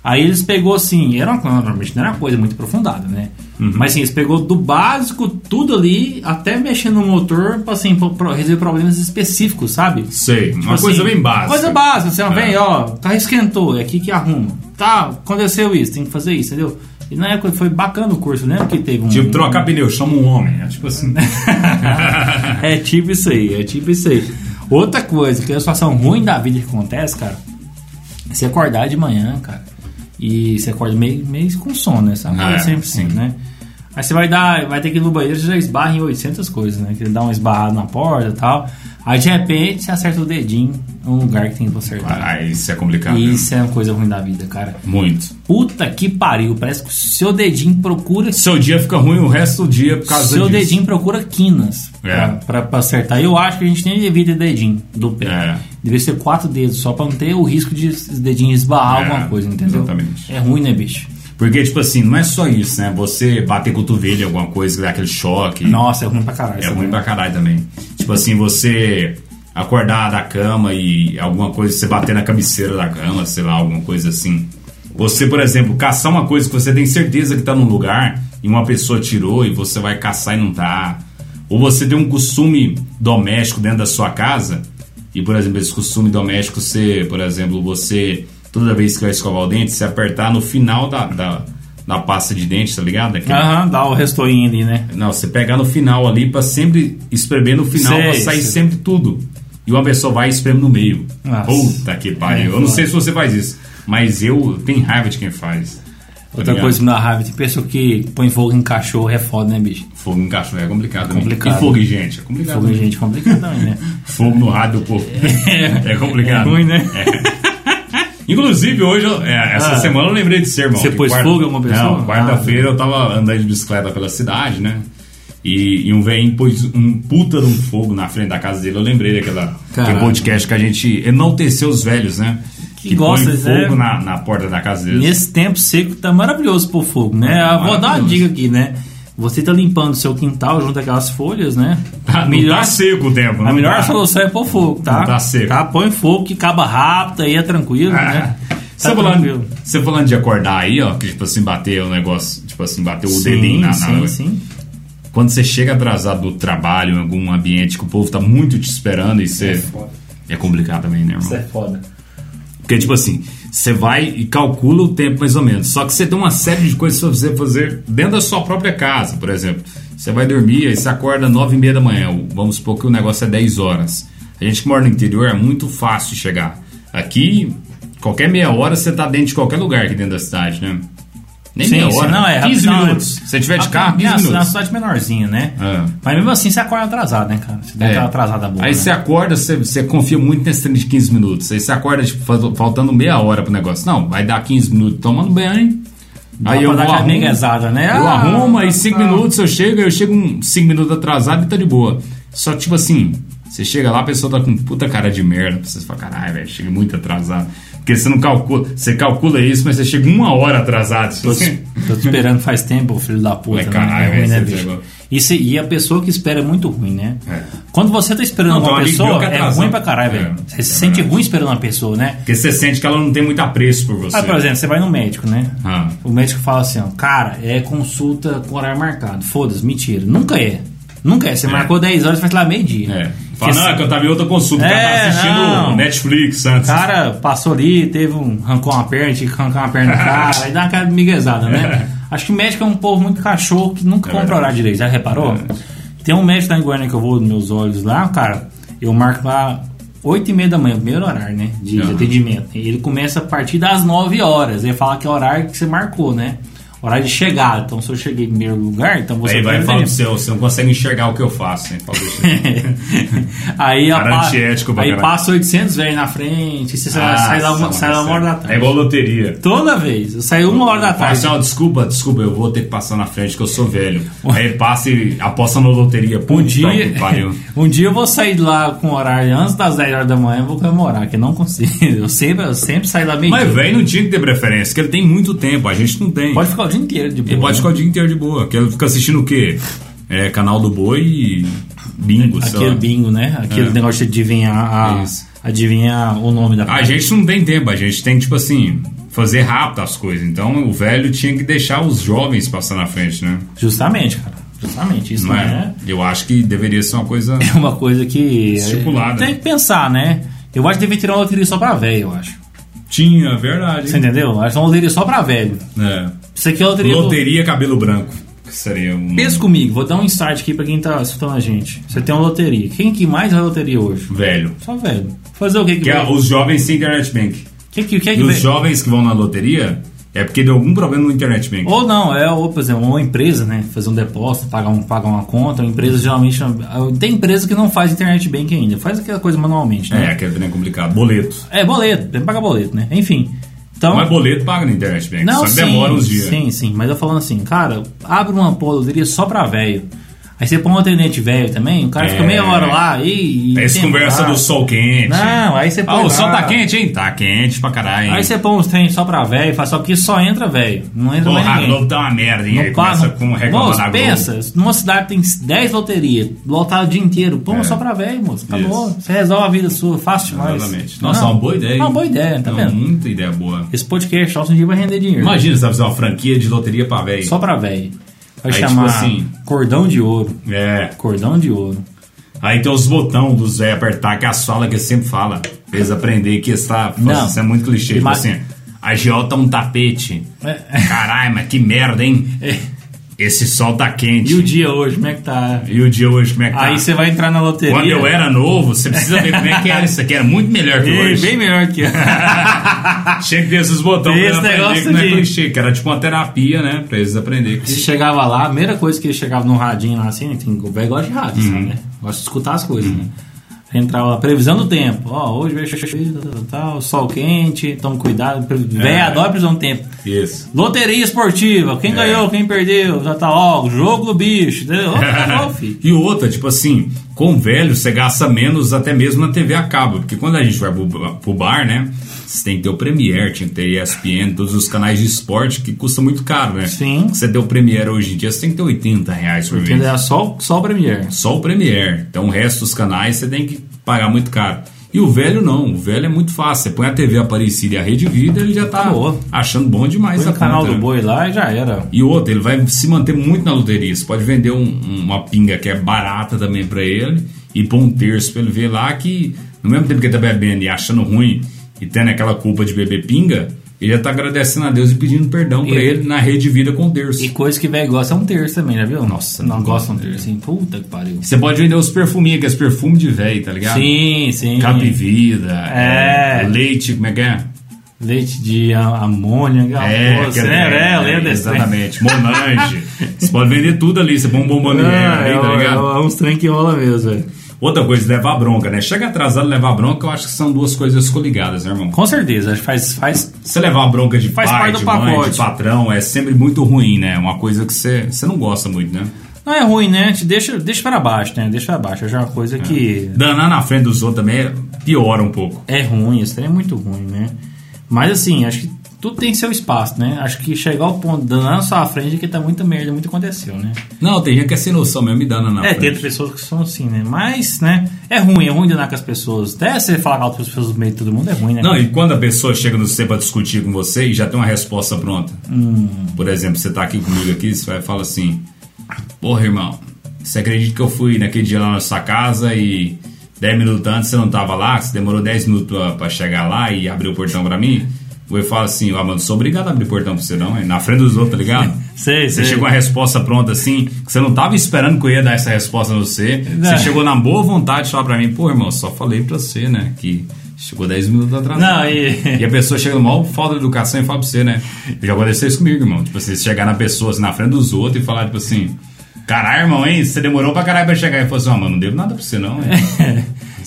[SPEAKER 1] Aí eles pegou assim, era uma, normalmente não era uma coisa muito aprofundada, né?
[SPEAKER 2] Uhum.
[SPEAKER 1] Mas assim, eles pegou do básico, tudo ali, até mexendo no motor, pra, assim, pra, pra resolver problemas específicos, sabe?
[SPEAKER 2] Sei, uma
[SPEAKER 1] Tipo
[SPEAKER 2] coisa
[SPEAKER 1] assim,
[SPEAKER 2] bem básica.
[SPEAKER 1] Coisa básica, você
[SPEAKER 2] É.
[SPEAKER 1] vem, ó, o carro esquentou, é aqui que arruma. Tá, aconteceu isso, tem que fazer isso, entendeu? E na época foi bacana o curso, lembra que teve um.
[SPEAKER 2] Tipo, trocar pneu, chama um homem. É tipo assim.
[SPEAKER 1] É tipo isso aí, é tipo isso aí. Outra coisa, que é a situação ruim da vida que acontece, cara, é você acordar de manhã, cara, e você acorda meio, meio com sono, né? Sabe?
[SPEAKER 2] Ah, é,
[SPEAKER 1] sempre sim, né? Aí você vai dar, vai ter que ir no banheiro, você já esbarra em 800 coisas, né? Que dá uma esbarrada na porta e tal. Aí de repente você acerta o dedinho num lugar que tem pra acertar.
[SPEAKER 2] Caralho, isso é complicado. né?
[SPEAKER 1] Isso é uma coisa ruim da vida, cara.
[SPEAKER 2] Muito.
[SPEAKER 1] Puta que pariu, parece que o seu dedinho procura.
[SPEAKER 2] Seu dia fica ruim o resto do dia por causa
[SPEAKER 1] Seu
[SPEAKER 2] disso.
[SPEAKER 1] dedinho procura quinas
[SPEAKER 2] É.
[SPEAKER 1] pra, pra- pra acertar. Eu acho que a gente nem devia ter dedinho do pé.
[SPEAKER 2] É.
[SPEAKER 1] Devia ser quatro dedos, só pra não ter o risco de os dedinhos esbarrar
[SPEAKER 2] É,
[SPEAKER 1] alguma coisa, entendeu?
[SPEAKER 2] exatamente.
[SPEAKER 1] É ruim, né, bicho?
[SPEAKER 2] Porque, tipo assim, não é só isso, né? Você bater cotovelo em alguma coisa, que dá aquele choque.
[SPEAKER 1] Nossa, é ruim pra caralho.
[SPEAKER 2] É
[SPEAKER 1] isso
[SPEAKER 2] ruim
[SPEAKER 1] daí.
[SPEAKER 2] pra caralho também. Tipo assim, você acordar da cama e alguma coisa, você bater na cabeceira da cama, sei lá, alguma coisa assim. Você, por exemplo, caçar uma coisa que você tem certeza que tá num lugar e uma pessoa tirou e você vai caçar e não tá. Ou você tem um costume doméstico dentro da sua casa e, por exemplo, esse costume doméstico, você, por exemplo, você, toda vez que vai escovar o dente, você apertar no final da, da, da pasta de dente, tá ligado? Aquele-
[SPEAKER 1] Aham, dá o restoinho ali, né?
[SPEAKER 2] não, você pegar no final ali pra sempre espremer no final
[SPEAKER 1] Sei,
[SPEAKER 2] pra
[SPEAKER 1] sei.
[SPEAKER 2] sair sempre tudo. E uma pessoa vai e espreme no meio.
[SPEAKER 1] Nossa.
[SPEAKER 2] Puta que pariu. eu não sei se você faz isso, mas eu tenho raiva de quem faz. Tá
[SPEAKER 1] Outra
[SPEAKER 2] ligado?
[SPEAKER 1] coisa que me dá raiva, tem pessoa que põe fogo em cachorro, é foda, né, bicho?
[SPEAKER 2] Fogo em cachorro é complicado. né?
[SPEAKER 1] complicado.
[SPEAKER 2] E fogo em gente. É complicado.
[SPEAKER 1] Fogo em
[SPEAKER 2] né?
[SPEAKER 1] gente é complicado também, né?
[SPEAKER 2] Fogo no rádio do povo. É, complicado.
[SPEAKER 1] É ruim, né?
[SPEAKER 2] Inclusive, hoje, eu- é, essa
[SPEAKER 1] Ah.
[SPEAKER 2] semana eu lembrei de ser, irmão.
[SPEAKER 1] Você
[SPEAKER 2] Que
[SPEAKER 1] pôs fogo em alguma pessoa? Ah.
[SPEAKER 2] Não, quarta-feira eu tava andando de bicicleta pela cidade, né? E, e um velhinho pôs um puta de um fogo na frente da casa dele. Eu lembrei daquela
[SPEAKER 1] Caralho.
[SPEAKER 2] daquele podcast que a gente enalteceu os velhos, né?
[SPEAKER 1] Que gosta, né?
[SPEAKER 2] fogo na, na porta da casa deles.
[SPEAKER 1] Nesse tempo seco tá maravilhoso pro fogo, né? Ah, vou dar uma
[SPEAKER 2] Maravilhoso.
[SPEAKER 1] dica aqui, né? Você tá limpando seu quintal junto aquelas folhas, né?
[SPEAKER 2] Tá, não
[SPEAKER 1] melhor,
[SPEAKER 2] tá seco o tempo,
[SPEAKER 1] a
[SPEAKER 2] não
[SPEAKER 1] melhor
[SPEAKER 2] tá.
[SPEAKER 1] solução é pôr fogo, tá?
[SPEAKER 2] Não tá seco.
[SPEAKER 1] Tá, põe fogo que acaba rápido, aí é tranquilo, né?
[SPEAKER 2] Você,
[SPEAKER 1] Tá
[SPEAKER 2] falando,
[SPEAKER 1] tranquilo.
[SPEAKER 2] você falando de acordar aí, ó, que tipo assim, bater o negócio, tipo assim, bater o dedinho
[SPEAKER 1] Sim,
[SPEAKER 2] na, na-
[SPEAKER 1] sim, sim.
[SPEAKER 2] Quando você chega atrasado do trabalho, em algum ambiente que o povo tá muito te esperando e você. É complicado também, né, irmão?
[SPEAKER 1] foda.
[SPEAKER 2] Porque, tipo assim, Você vai e calcula o tempo mais ou menos. Só que você tem uma série de coisas para você fazer dentro da sua própria casa, por exemplo. Você vai dormir, aí você acorda 9 e meia da manhã. Vamos supor que o negócio é 10 horas. A gente que mora no interior é muito fácil de chegar. Aqui, qualquer meia hora você tá dentro de qualquer lugar aqui dentro da cidade, né? Nem
[SPEAKER 1] Sim,
[SPEAKER 2] meia
[SPEAKER 1] sim,
[SPEAKER 2] hora.
[SPEAKER 3] não, é
[SPEAKER 2] 15
[SPEAKER 3] rapidão,
[SPEAKER 2] minutos.
[SPEAKER 3] é-
[SPEAKER 2] Se você tiver de
[SPEAKER 3] Ah,
[SPEAKER 2] carro, 15
[SPEAKER 1] É
[SPEAKER 2] minutos.
[SPEAKER 1] uma cidade menorzinha, né?
[SPEAKER 2] É.
[SPEAKER 1] Mas mesmo assim você acorda atrasado, né, cara? Você dá
[SPEAKER 2] É.
[SPEAKER 1] aquela atrasada boa.
[SPEAKER 2] Aí
[SPEAKER 1] né?
[SPEAKER 2] você acorda, você, você confia muito nesse treino de 15 minutos. Aí você acorda tipo, fal- faltando meia hora pro negócio. Não, vai dar 15 minutos tomando banho.
[SPEAKER 1] Dá
[SPEAKER 2] Aí
[SPEAKER 1] pra
[SPEAKER 2] eu
[SPEAKER 1] dar
[SPEAKER 2] vou
[SPEAKER 1] aquela
[SPEAKER 2] arrumo,
[SPEAKER 1] miguezada, né?
[SPEAKER 2] eu
[SPEAKER 1] Ah,
[SPEAKER 2] arrumo, aí 5 minutos eu chego, aí eu chego 5 minutos atrasado e tá de boa. Só que, tipo assim, você chega lá, a pessoa tá com puta cara de merda. Você fala, caralho, velho, chega muito atrasado. Porque você não calcula, você calcula isso, mas você chega uma hora atrasado.
[SPEAKER 1] Tô, te- tô te esperando faz tempo, filho da puta.
[SPEAKER 2] Ué,
[SPEAKER 1] né?
[SPEAKER 2] caralho,
[SPEAKER 1] É ruim,
[SPEAKER 2] velho,
[SPEAKER 1] né,
[SPEAKER 2] você
[SPEAKER 1] bicho?
[SPEAKER 2] pegou.
[SPEAKER 1] E, se- e a pessoa que espera é muito ruim, né?
[SPEAKER 2] É.
[SPEAKER 1] Quando você tá esperando
[SPEAKER 2] Não, tem um
[SPEAKER 1] uma
[SPEAKER 2] amigo meu
[SPEAKER 1] pessoa,
[SPEAKER 2] que é
[SPEAKER 1] é
[SPEAKER 2] atrasado.
[SPEAKER 1] ruim pra caralho, velho.
[SPEAKER 2] É,
[SPEAKER 1] Você
[SPEAKER 2] é
[SPEAKER 1] se sente
[SPEAKER 2] verdade.
[SPEAKER 1] ruim esperando uma pessoa, né?
[SPEAKER 2] Porque você sente que ela não tem muito apreço por você.
[SPEAKER 1] Ah, por exemplo, você vai no médico, né?
[SPEAKER 2] Ah.
[SPEAKER 1] O médico fala assim, ó, cara, é consulta com horário marcado. Foda-se, mentira. Nunca é. Nunca é. Você marcou 10 horas, faz lá meio-dia.
[SPEAKER 2] É.
[SPEAKER 1] Porque
[SPEAKER 2] Fala, não, é que eu tava em outra
[SPEAKER 1] É,
[SPEAKER 2] consulta, eu tava assistindo
[SPEAKER 1] não.
[SPEAKER 2] Netflix antes.
[SPEAKER 1] O cara passou ali, teve um. arrancou uma perna, tinha que arrancar uma perna do cara, aí dá uma cara de miguezada, né? Acho que médico é um povo muito cachorro que nunca compra
[SPEAKER 2] É verdade. É.
[SPEAKER 1] horário direito, já reparou? Tem um médico lá em Goiânia que eu vou nos meus olhos lá, cara, eu marco lá 8 e meia da manhã, o primeiro horário, né? De, de
[SPEAKER 2] Aham.
[SPEAKER 1] atendimento. E Ele começa a partir das 9 horas. Ele fala que é o horário que você marcou, né? Horário de chegada. Então, se eu cheguei em primeiro lugar, então você
[SPEAKER 2] Aí vai
[SPEAKER 1] tem
[SPEAKER 2] e fala pro
[SPEAKER 1] tempo.
[SPEAKER 2] seu, você não consegue enxergar o que eu faço, né? Fala pro seu.
[SPEAKER 1] aí a
[SPEAKER 2] Cara
[SPEAKER 1] pa-
[SPEAKER 2] antiético pra
[SPEAKER 1] aí
[SPEAKER 2] caralho.
[SPEAKER 1] passa 800 velho na frente, você sai-
[SPEAKER 2] Ah,
[SPEAKER 1] sai lá uma,
[SPEAKER 2] nossa,
[SPEAKER 1] sai lá uma hora da tarde.
[SPEAKER 2] É igual loteria.
[SPEAKER 1] Toda vez. Eu saí uma hora da
[SPEAKER 2] Fala assim,
[SPEAKER 1] tarde.
[SPEAKER 2] ó, desculpa, desculpa, eu vou ter que passar na frente que eu sou velho. Aí passa e aposta na loteria. Puta
[SPEAKER 1] Um dia,
[SPEAKER 2] que pariu.
[SPEAKER 1] um dia eu vou sair de lá com o horário antes das 10 horas da manhã e vou comemorar, que eu não consigo. Eu sempre, eu sempre saio lá meio
[SPEAKER 2] Mas
[SPEAKER 1] dia.
[SPEAKER 2] velho não tinha que ter preferência, que ele tem muito tempo, a gente não tem.
[SPEAKER 1] Pode ficar o dia inteiro de boa.
[SPEAKER 2] ele pode
[SPEAKER 1] né?
[SPEAKER 2] ficar o dia inteiro de boa, que ele fica assistindo o quê? É, canal do Boi e bingo, sei
[SPEAKER 1] Aquele
[SPEAKER 2] lá.
[SPEAKER 1] bingo, né? Aquele
[SPEAKER 2] É.
[SPEAKER 1] negócio de adivinhar, a-
[SPEAKER 2] Isso.
[SPEAKER 1] adivinhar o nome da
[SPEAKER 2] A gente não tem tempo, a gente tem que, tipo assim, fazer rápido as coisas. Então o velho tinha que deixar os jovens passar na frente, né?
[SPEAKER 1] Justamente, cara. Justamente. Isso
[SPEAKER 2] Não
[SPEAKER 1] né?
[SPEAKER 2] é? Eu acho que deveria ser uma coisa.
[SPEAKER 1] é uma coisa que.
[SPEAKER 2] Estipulada.
[SPEAKER 1] Tem que pensar, né? Eu acho que deveria tirar uma loteria só pra velho, eu acho.
[SPEAKER 2] Tinha, verdade.
[SPEAKER 1] Você entendeu? Eu acho que é uma loteria só pra velho.
[SPEAKER 2] É.
[SPEAKER 1] Isso aqui é uma loteria. do-
[SPEAKER 2] Loteria Cabelo Branco. Que seria um.
[SPEAKER 1] Pensa comigo, vou dar um insight aqui pra quem tá escutando a gente. Você tem uma loteria. Quem que mais vai loteria hoje?
[SPEAKER 2] Velho.
[SPEAKER 1] Só velho. Fazer o que que,
[SPEAKER 2] Que é
[SPEAKER 1] vai-
[SPEAKER 2] os jovens sem Internet Bank.
[SPEAKER 1] que, que, é que,
[SPEAKER 2] E
[SPEAKER 1] que
[SPEAKER 2] os
[SPEAKER 1] vai-
[SPEAKER 2] jovens que vão na loteria é porque deu algum problema no Internet Bank.
[SPEAKER 1] Ou não, é ou, por exemplo, uma empresa, né? Fazer um depósito, pagar, um, pagar uma conta. Uma empresa geralmente. Tem empresa que não faz internet bank ainda, faz aquela coisa manualmente,
[SPEAKER 2] É,
[SPEAKER 1] né?
[SPEAKER 2] aquele trem complicado. Boleto.
[SPEAKER 1] É, boleto, tem que pagar boleto, né? Enfim. Então,
[SPEAKER 2] Mas boleto paga no Internet Bank. só que demora uns dias.
[SPEAKER 1] Sim, sim. Mas eu falando assim, cara, abre uma pô, loteria só pra velho. Aí você põe um atendente velho também, o cara fica
[SPEAKER 2] É.
[SPEAKER 1] meia hora lá e. e
[SPEAKER 2] Aí Essa
[SPEAKER 1] tem-
[SPEAKER 2] conversa
[SPEAKER 1] ah,
[SPEAKER 2] do sol quente.
[SPEAKER 1] Não, aí você
[SPEAKER 2] Ah,
[SPEAKER 1] põe.
[SPEAKER 2] o sol
[SPEAKER 1] lá.
[SPEAKER 2] tá quente, hein? Tá quente pra caralho.
[SPEAKER 1] Aí você põe uns trem só pra velho, faz só que só entra velho. Não entra
[SPEAKER 2] Porra,
[SPEAKER 1] mais
[SPEAKER 2] a
[SPEAKER 1] ninguém.
[SPEAKER 2] Globo tá uma merda, hein? Aí
[SPEAKER 1] Não pa-
[SPEAKER 2] começa com reclamar
[SPEAKER 1] Moço,
[SPEAKER 2] da Globo.
[SPEAKER 1] pensa, numa cidade tem 10 loterias, lotado o dia inteiro. Põe um
[SPEAKER 2] É.
[SPEAKER 1] só pra velho, moço. Acabou.
[SPEAKER 2] Isso.
[SPEAKER 1] Você resolve a vida sua, fácil demais.
[SPEAKER 2] Exatamente. Nossa,
[SPEAKER 1] Não,
[SPEAKER 2] uma boa ideia.
[SPEAKER 1] É uma
[SPEAKER 2] hein?
[SPEAKER 1] boa ideia, tá
[SPEAKER 2] Não, um-
[SPEAKER 1] vendo?
[SPEAKER 2] Muita ideia boa.
[SPEAKER 1] Esse podcast só um dia vai render dinheiro.
[SPEAKER 2] Imagina você fazer uma franquia de loteria pra velho.
[SPEAKER 1] Só pra velho. Vai
[SPEAKER 2] Aí, tipo
[SPEAKER 1] chamar
[SPEAKER 2] assim-
[SPEAKER 1] Cordão de Ouro.
[SPEAKER 2] É.
[SPEAKER 1] Cordão de Ouro.
[SPEAKER 2] Aí tem os botão do Zé apertar, que é as falas que ele sempre fala. Pra eles aprenderem que está.
[SPEAKER 1] Não.
[SPEAKER 2] Isso é muito clichê. Tipo
[SPEAKER 1] Ima-
[SPEAKER 2] assim, a Giota é um tapete.
[SPEAKER 1] É.
[SPEAKER 2] Caralho, mas que merda, hein? Esse sol tá quente.
[SPEAKER 1] E o dia hoje, como é que tá?
[SPEAKER 2] E o dia hoje, como é que tá?
[SPEAKER 1] Aí você vai entrar na loteria.
[SPEAKER 2] Quando eu era novo, você precisa ver como é que era isso aqui. Era muito melhor que
[SPEAKER 1] Ei,
[SPEAKER 2] hoje.
[SPEAKER 1] bem melhor que
[SPEAKER 2] Tinha que ter esses botões pra
[SPEAKER 1] Esse
[SPEAKER 2] eles aprender
[SPEAKER 1] negócio
[SPEAKER 2] que não é
[SPEAKER 1] de-
[SPEAKER 2] clichê, que era tipo uma terapia, né? Pra eles aprenderem
[SPEAKER 1] Você
[SPEAKER 2] que.
[SPEAKER 1] chegava lá, a primeira coisa que ele chegava no radinho lá assim, tem, o velho gosta de rádio,
[SPEAKER 2] Uhum.
[SPEAKER 1] sabe, né? Gosta de escutar as coisas, né? Entrava lá, previsão do tempo. Ó, hoje vai chover, tal, tal, tal, sol quente, tome cuidado. Pre...
[SPEAKER 2] É.
[SPEAKER 1] Véi, adora previsão do tempo.
[SPEAKER 2] Isso.
[SPEAKER 1] Loteria esportiva,
[SPEAKER 2] É.
[SPEAKER 1] quem ganhou, quem perdeu, já tá, ó, jogo do bicho, entendeu? Ó, acabou, filho.
[SPEAKER 2] E outra, tipo assim, com o velho você gasta menos até mesmo na TV a cabo. Porque quando a gente vai pro, pro bar, né? Você tem que ter o Premiere, tinha que ter ESPN, todos os canais de esporte que custa muito caro, né?
[SPEAKER 1] Sim.
[SPEAKER 2] Você ter o Premiere hoje em dia, você tem que ter 80 reais por mês.
[SPEAKER 1] Entendeu? Era só, só o Premier.
[SPEAKER 2] Só o Premiere. Então o resto dos canais você tem que pagar muito caro. E o velho não, o velho é muito fácil. Você põe a TV Aparecida e a Rede Vida, ele já tá
[SPEAKER 1] Acabou.
[SPEAKER 2] achando bom demais
[SPEAKER 1] Foi
[SPEAKER 2] a
[SPEAKER 1] no canal
[SPEAKER 2] conta,
[SPEAKER 1] do
[SPEAKER 2] né?
[SPEAKER 1] boi lá e já era.
[SPEAKER 2] E outra, ele vai se manter muito na loteria. Você pode vender um- uma pinga que é barata também pra ele e pôr um terço pra ele ver lá que, no mesmo tempo que ele tá bebendo e achando ruim e tendo aquela culpa de beber pinga, ele já tá agradecendo a Deus e pedindo perdão pra
[SPEAKER 1] E-
[SPEAKER 2] ele na rede de vida com Deus.
[SPEAKER 1] E coisa que velho gosta é um terço também, já viu?
[SPEAKER 2] Nossa,
[SPEAKER 1] não
[SPEAKER 2] não
[SPEAKER 1] gosta de um
[SPEAKER 2] gosto,
[SPEAKER 1] terço, hein? Puta que pariu.
[SPEAKER 2] Você pode vender os perfuminhos, que é os perfumes de velho, tá ligado?
[SPEAKER 1] Sim, sim.
[SPEAKER 2] Capivida,
[SPEAKER 1] É.
[SPEAKER 2] é, leite, como é que é?
[SPEAKER 1] Leite de a- amônia,
[SPEAKER 2] É,
[SPEAKER 1] galpoça,
[SPEAKER 2] aquele-
[SPEAKER 1] né? É, eu lembro desse trem.
[SPEAKER 2] Exatamente. Monange. Você pode vender tudo ali, você põe um bombom
[SPEAKER 1] Ah,
[SPEAKER 2] ali,
[SPEAKER 1] é,
[SPEAKER 2] tá ligado?
[SPEAKER 1] é, é uns trem que rola mesmo, é. velho.
[SPEAKER 2] Outra coisa, levar bronca, né? Chega atrasado e levar bronca, eu acho que são duas coisas coligadas, né, irmão?
[SPEAKER 1] Com certeza, acho que faz, faz
[SPEAKER 2] Você levar bronca de
[SPEAKER 1] Faz
[SPEAKER 2] pai,
[SPEAKER 1] parte do
[SPEAKER 2] de mãe,
[SPEAKER 1] pacote.
[SPEAKER 2] de patrão, é sempre muito ruim, né? É uma coisa que você, você não gosta muito, né?
[SPEAKER 1] Não é ruim, né? Te deixa, deixa pra baixo, né? Deixa pra baixo. Já é uma coisa que
[SPEAKER 2] Danar na frente dos outros também piora um pouco.
[SPEAKER 1] é ruim, esse trem é muito ruim, né? Mas assim, acho que tudo tem seu espaço, né? Acho que chegar ao ponto de andar na sua frente é que tá muita merda, muito aconteceu, né?
[SPEAKER 2] Não, tem gente que é sem noção mesmo, me dana na
[SPEAKER 1] é, tem
[SPEAKER 2] frente.
[SPEAKER 1] outras pessoas que são assim, né? Mas, né? É ruim, é ruim de andar com as pessoas. Até você falar com outras pessoas no meio de todo mundo é ruim, né?
[SPEAKER 2] Não, e quando a pessoa chega no C pra discutir com você e já tem uma resposta pronta. Por exemplo, você tá aqui comigo aqui, você vai falar assim: Porra, irmão, você acredita que eu fui naquele dia lá na sua casa e 10 minutos antes você não tava lá, você demorou 10 minutos pra- pra chegar lá e abrir o portão pra mim? Eu falo assim: Ah, mano, sou obrigado a abrir o portão pra você não, hein? na frente dos outros, tá ligado?
[SPEAKER 1] Sei,
[SPEAKER 2] Você
[SPEAKER 1] sei.
[SPEAKER 2] chegou a resposta pronta assim, que você não tava esperando que eu ia dar essa resposta pra você.
[SPEAKER 1] Não.
[SPEAKER 2] Você chegou na boa vontade de falar pra mim, pô, irmão, só falei pra você, né? Que chegou 10 minutos atrás.
[SPEAKER 1] Não, e-
[SPEAKER 2] e a pessoa chega no maior falta de educação e fala pra você, né? Já aconteceu isso comigo, irmão. Tipo, você chegar na pessoa, assim, na frente dos outros e falar, tipo assim, caralho, irmão, hein? Você demorou pra caralho pra chegar. E falou assim, ó, mano, não devo nada pra você, não, hein?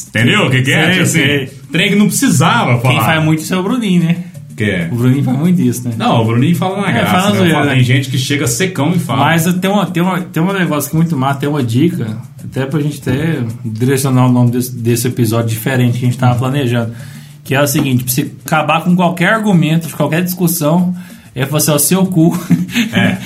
[SPEAKER 2] Entendeu? O que, que é?
[SPEAKER 1] Sei,
[SPEAKER 2] Tipo assim,
[SPEAKER 1] sei.
[SPEAKER 2] trem que não precisava falar.
[SPEAKER 1] Quem faz muito isso é o Bruninho, né?
[SPEAKER 2] Que é?
[SPEAKER 1] O Bruninho faz muito isso, né?
[SPEAKER 2] Não, o Bruninho fala na
[SPEAKER 1] É,
[SPEAKER 2] graça.
[SPEAKER 1] fala
[SPEAKER 2] né?
[SPEAKER 1] zoeira,
[SPEAKER 2] Fala,
[SPEAKER 1] né?
[SPEAKER 2] Tem gente que chega secão e fala.
[SPEAKER 1] Mas tem, uma, tem, uma, tem um negócio que é muito mata, tem uma dica, até pra gente até direcionar o nome desse, desse episódio diferente que a gente tava planejando. Que é o seguinte, pra você acabar com qualquer argumento, de qualquer discussão, é falar assim, ó, seu cu.
[SPEAKER 2] É.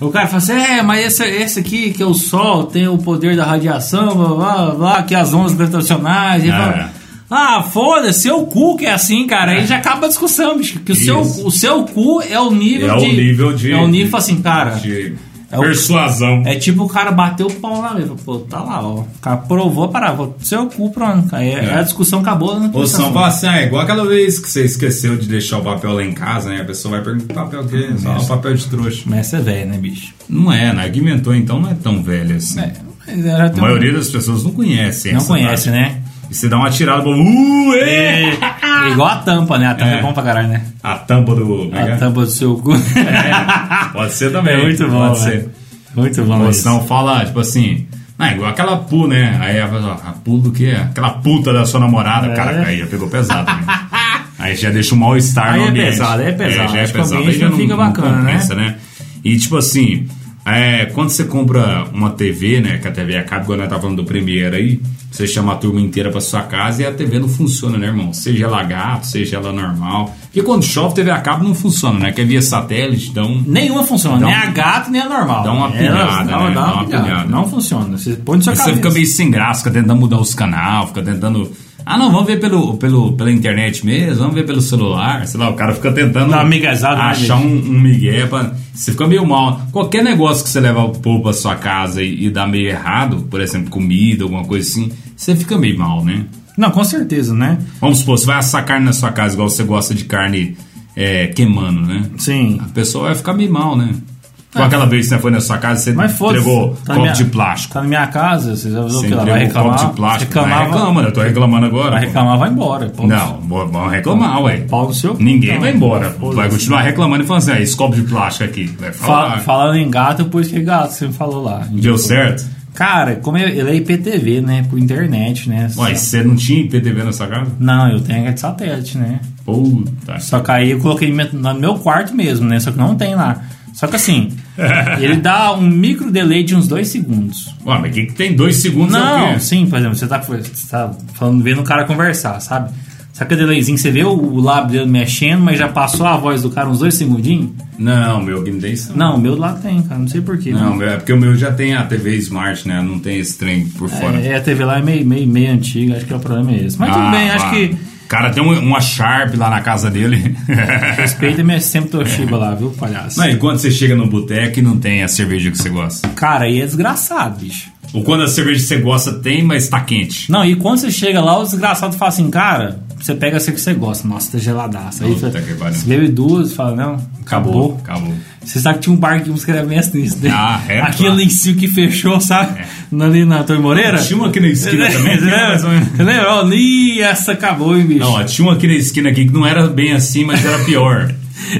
[SPEAKER 1] O cara fala assim, é, mas esse, esse aqui, que é o sol, tem o poder da radiação, blá, blá, blá, blá que as ondas gravitacionais, ele
[SPEAKER 2] É.
[SPEAKER 1] fala, ah, foda-se, seu cu que é assim, cara. Aí já acaba a discussão, bicho. Que o, seu,
[SPEAKER 2] Isso.
[SPEAKER 1] o seu cu é o nível
[SPEAKER 2] É o
[SPEAKER 1] de.
[SPEAKER 2] nível de-
[SPEAKER 1] É o nível, assim, cara.
[SPEAKER 2] de
[SPEAKER 1] É o-
[SPEAKER 2] persuasão.
[SPEAKER 1] É tipo o cara bateu o pau na mesa. Pô, tá lá, ó. O cara provou, parar. Vou seu cu, pronto. Aí é.
[SPEAKER 2] É.
[SPEAKER 1] a discussão acabou. Né?
[SPEAKER 2] Ou são fala assim, ah, é igual aquela vez que você esqueceu de deixar o papel lá em casa, né? A pessoa vai perguntar, papel o quê? Só um papel de trouxa.
[SPEAKER 1] Mas você é velho, né, bicho?
[SPEAKER 2] Não é, né? Argumentou, então não é tão velho assim.
[SPEAKER 1] Mas já
[SPEAKER 2] A
[SPEAKER 1] tem um-
[SPEAKER 2] maioria das pessoas não conhece.
[SPEAKER 1] não
[SPEAKER 2] essa
[SPEAKER 1] conhece,
[SPEAKER 2] parte.
[SPEAKER 1] né?
[SPEAKER 2] E você dá uma tirada, bom, uh, é!
[SPEAKER 1] É igual a tampa, né? A tampa é,
[SPEAKER 2] É.
[SPEAKER 1] bom pra caralho, né?
[SPEAKER 2] A tampa do... como é que
[SPEAKER 1] A
[SPEAKER 2] é?
[SPEAKER 1] tampa do seu cu.
[SPEAKER 2] É, pode ser também.
[SPEAKER 1] É muito bom,
[SPEAKER 2] Pode
[SPEAKER 1] né?
[SPEAKER 2] ser.
[SPEAKER 1] Muito bom.
[SPEAKER 2] Ou
[SPEAKER 1] isso.
[SPEAKER 2] senão fala, tipo assim... Ah, igual aquela pu, né? Aí a pessoa, a pu do quê? Aquela puta da sua namorada.
[SPEAKER 1] É.
[SPEAKER 2] Cara, aí já pegou pesado, né? Aí já deixa um mal-estar
[SPEAKER 1] Aí
[SPEAKER 2] no
[SPEAKER 1] é
[SPEAKER 2] ambiente.
[SPEAKER 1] pesado, é pesado.
[SPEAKER 2] já é
[SPEAKER 1] Acho que o
[SPEAKER 2] pesado.
[SPEAKER 1] ambiente
[SPEAKER 2] Aí já
[SPEAKER 1] não fica bacana, né?
[SPEAKER 2] compensa, né? E tipo assim, é, quando você compra uma TV, né? Que a TV acaba, quando nós tava falando do Premiere aí, você chama a turma inteira pra sua casa e a TV não funciona, né, irmão? Seja ela gato, seja ela normal. Porque quando chove, TV acaba não funciona, né? Que é via satélite, então.
[SPEAKER 1] Nenhuma funciona,
[SPEAKER 2] Dá
[SPEAKER 1] nem
[SPEAKER 2] um-
[SPEAKER 1] a gato, nem a normal.
[SPEAKER 2] dá uma
[SPEAKER 1] Elas- dá uma-
[SPEAKER 2] pilhada, né?
[SPEAKER 1] dá uma
[SPEAKER 2] Dá uma
[SPEAKER 1] pilhada.
[SPEAKER 2] pilhada.
[SPEAKER 1] Não funciona. Você põe no seu
[SPEAKER 2] Você
[SPEAKER 1] cabeça.
[SPEAKER 2] fica meio sem graça, fica tentando mudar os canais, fica tentando. Ah, não, vamos ver pelo, pelo, pela internet mesmo, vamos ver pelo celular, sei lá, o cara fica tentando
[SPEAKER 1] Dá uma miguezada, né,
[SPEAKER 2] achar um, um migué pra. Você fica meio mal. Qualquer negócio que você leva o povo pra sua casa e, e dá meio errado, por exemplo, comida, alguma coisa assim, você fica meio mal, né?
[SPEAKER 1] Não, com certeza, né?
[SPEAKER 2] Vamos supor, você vai assar carne na sua casa, igual você gosta de carne é, queimando, né?
[SPEAKER 1] Sim.
[SPEAKER 2] A pessoa vai ficar meio mal, né? Igual aquela vez que você foi na sua casa, você
[SPEAKER 1] Mas foda-se.
[SPEAKER 2] entregou
[SPEAKER 1] na
[SPEAKER 2] copo
[SPEAKER 1] minha-
[SPEAKER 2] de plástico.
[SPEAKER 1] Tá na minha casa, você já avisou
[SPEAKER 2] Você
[SPEAKER 1] que ela
[SPEAKER 2] entregou
[SPEAKER 1] vai
[SPEAKER 2] um
[SPEAKER 1] reclamar.
[SPEAKER 2] copo de plástico.
[SPEAKER 1] reclamava,
[SPEAKER 2] Não reclama, eu tô reclamando agora.
[SPEAKER 1] vai
[SPEAKER 2] pô.
[SPEAKER 1] reclamar, vai embora. Pô.
[SPEAKER 2] Não, vou- vamos reclamar, ué.
[SPEAKER 1] Pau no seu cu,
[SPEAKER 2] Ninguém
[SPEAKER 1] então.
[SPEAKER 2] vai embora.
[SPEAKER 1] Foda-se.
[SPEAKER 2] Vai continuar reclamando e falando assim, ah, esse copo de plástico aqui. né? Vai
[SPEAKER 1] Fala-
[SPEAKER 2] falar.
[SPEAKER 1] falando em gato, por isso que gato, você me falou lá.
[SPEAKER 2] Deu certo?
[SPEAKER 1] Cara, como eu- ele é IPTV, né? Por internet, né?
[SPEAKER 2] Ué, você não tinha IPTV na sua casa?
[SPEAKER 1] Não, eu tenho a de satélite, né?
[SPEAKER 2] Puta.
[SPEAKER 1] Só que aí eu coloquei no meu- no meu quarto mesmo, né? Só que não tem lá. Só que assim, ele dá um micro delay de uns dois segundos.
[SPEAKER 2] Ué, mas o que, que tem dois segundos? é o
[SPEAKER 1] Não,
[SPEAKER 2] quê?
[SPEAKER 1] sim, por exemplo, você tá, você tá falando, vendo o cara conversar, sabe? Sabe aquele delayzinho, você vê o, o lábio dele mexendo, mas já passou a voz do cara uns dois segundinhos?
[SPEAKER 2] Não, meu, que não tem isso.
[SPEAKER 1] Não, o meu lá tem, cara, não sei porquê.
[SPEAKER 2] Não, meu, é porque o meu já tem a TV Smart, né? Não tem esse trem por fora.
[SPEAKER 1] É, é, a TV lá é meio, meio, meio antiga, acho que é o problema é esse. Mas
[SPEAKER 2] Ah,
[SPEAKER 1] tudo bem, acho
[SPEAKER 2] ah.
[SPEAKER 1] que
[SPEAKER 2] O cara tem um- uma Sharp lá na casa dele.
[SPEAKER 1] respeita minha sempre Toshiba lá, viu, palhaço?
[SPEAKER 2] Não, e quando você chega no boteco e não tem a cerveja que você gosta?
[SPEAKER 1] Cara, aí é desgraçado, bicho.
[SPEAKER 2] Ou quando a cerveja que você gosta tem, mas tá quente.
[SPEAKER 1] Não, e quando você chega lá, o desgraçado fala assim, cara, você pega essa que você gosta. Nossa, tá geladaça. Aí
[SPEAKER 2] Puta
[SPEAKER 1] você,
[SPEAKER 2] que pariu.
[SPEAKER 1] você bebe duas, fala, não,
[SPEAKER 2] Acabou,
[SPEAKER 1] acabou.
[SPEAKER 2] acabou.
[SPEAKER 1] Você sabe que tinha um bar que uns crementos nisso, né?
[SPEAKER 2] Ah, é,
[SPEAKER 1] Aquele
[SPEAKER 2] claro.
[SPEAKER 1] em si que fechou, sabe? é Ali na Torre Moreira.
[SPEAKER 2] Tinha um aqui na esquina também.
[SPEAKER 1] Você
[SPEAKER 2] que era
[SPEAKER 1] lembra?
[SPEAKER 2] mais ou menos-
[SPEAKER 1] Você lembra? Ó, Ih, essa acabou, hein, bicho?
[SPEAKER 2] Não, ó, tinha um aqui na esquina aqui que não era bem assim, mas era pior.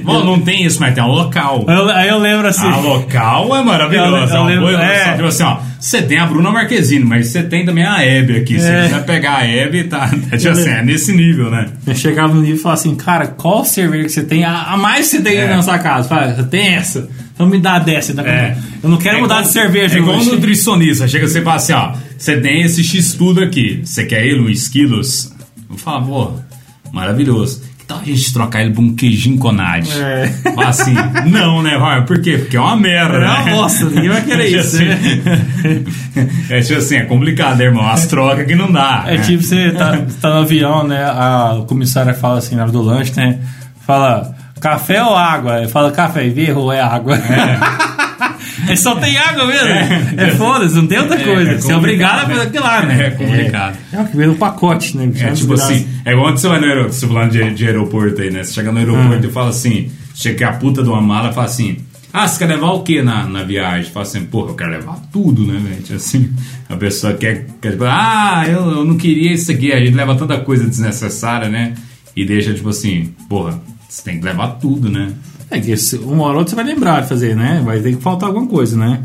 [SPEAKER 2] Bom, não tem isso, mas tem um local.
[SPEAKER 1] Aí eu- aí eu lembro assim.
[SPEAKER 2] A local é maravilhosa.
[SPEAKER 1] Eu- eu
[SPEAKER 2] Uma
[SPEAKER 1] lembro-
[SPEAKER 2] coisa
[SPEAKER 1] é.
[SPEAKER 2] só, tipo assim, ó. Você tem a Bruna Marquezine, mas você tem também a Hebe aqui. Se
[SPEAKER 1] É.
[SPEAKER 2] você quiser pegar a Hebe, tá, tá tipo assim, é nesse nível, né?
[SPEAKER 1] Eu chegava no nível e falava assim, cara, qual cerveja que você tem? A, a mais que você tem
[SPEAKER 2] É.
[SPEAKER 1] na sua casa? Fala, você tem essa? Então me dá dessa. Então,
[SPEAKER 2] É.
[SPEAKER 1] Eu não quero
[SPEAKER 2] É
[SPEAKER 1] mudar
[SPEAKER 2] igual-
[SPEAKER 1] de cerveja.
[SPEAKER 2] É igual um
[SPEAKER 1] hoje.
[SPEAKER 2] nutricionista. Chega você e fala assim, ó. Você tem esse x-tudo aqui. Você quer ele, uns quilos? Eu falo, pô, maravilhoso. Que tal a gente trocar ele por um queijinho conade?
[SPEAKER 1] É.
[SPEAKER 2] Fala assim, não, né, vai? Por quê? Porque é uma merda,
[SPEAKER 1] É uma
[SPEAKER 2] né?
[SPEAKER 1] bosta, ninguém vai querer
[SPEAKER 2] Tipo
[SPEAKER 1] isso, né?
[SPEAKER 2] É tipo assim, é complicado, né, irmão? As trocas que não dá.
[SPEAKER 1] É
[SPEAKER 2] né?
[SPEAKER 1] tipo, você tá, tá no avião, né? A comissária fala assim, na hora do lanche, né? Fala, café ou água? Aí Fala, café, erro é água. É. só tem água mesmo. É, foda-se, não tem outra
[SPEAKER 2] É,
[SPEAKER 1] coisa.
[SPEAKER 2] é
[SPEAKER 1] você é obrigado a
[SPEAKER 2] complicado,
[SPEAKER 1] fazer
[SPEAKER 2] né?
[SPEAKER 1] aquilo lá, né?
[SPEAKER 2] É complicado.
[SPEAKER 1] É, é o que vem no pacote, né?
[SPEAKER 2] É tipo assim, é igual quando você vai no aeroporto, você falando de, de aeroporto aí, né? Você chega no aeroporto e fala assim, chega que a puta de uma mala e fala assim, ah, você quer levar o que na, na viagem? Fala assim, porra, eu quero levar tudo, né, velho? Tipo Assim, a pessoa quer, quer tipo, ah, eu, eu não queria isso aqui, a gente leva tanta coisa desnecessária, né? E deixa tipo assim, porra, você tem que levar tudo, né?
[SPEAKER 1] É que se- uma hora ou outra você vai lembrar de fazer, né? Vai ter que faltar alguma coisa, né?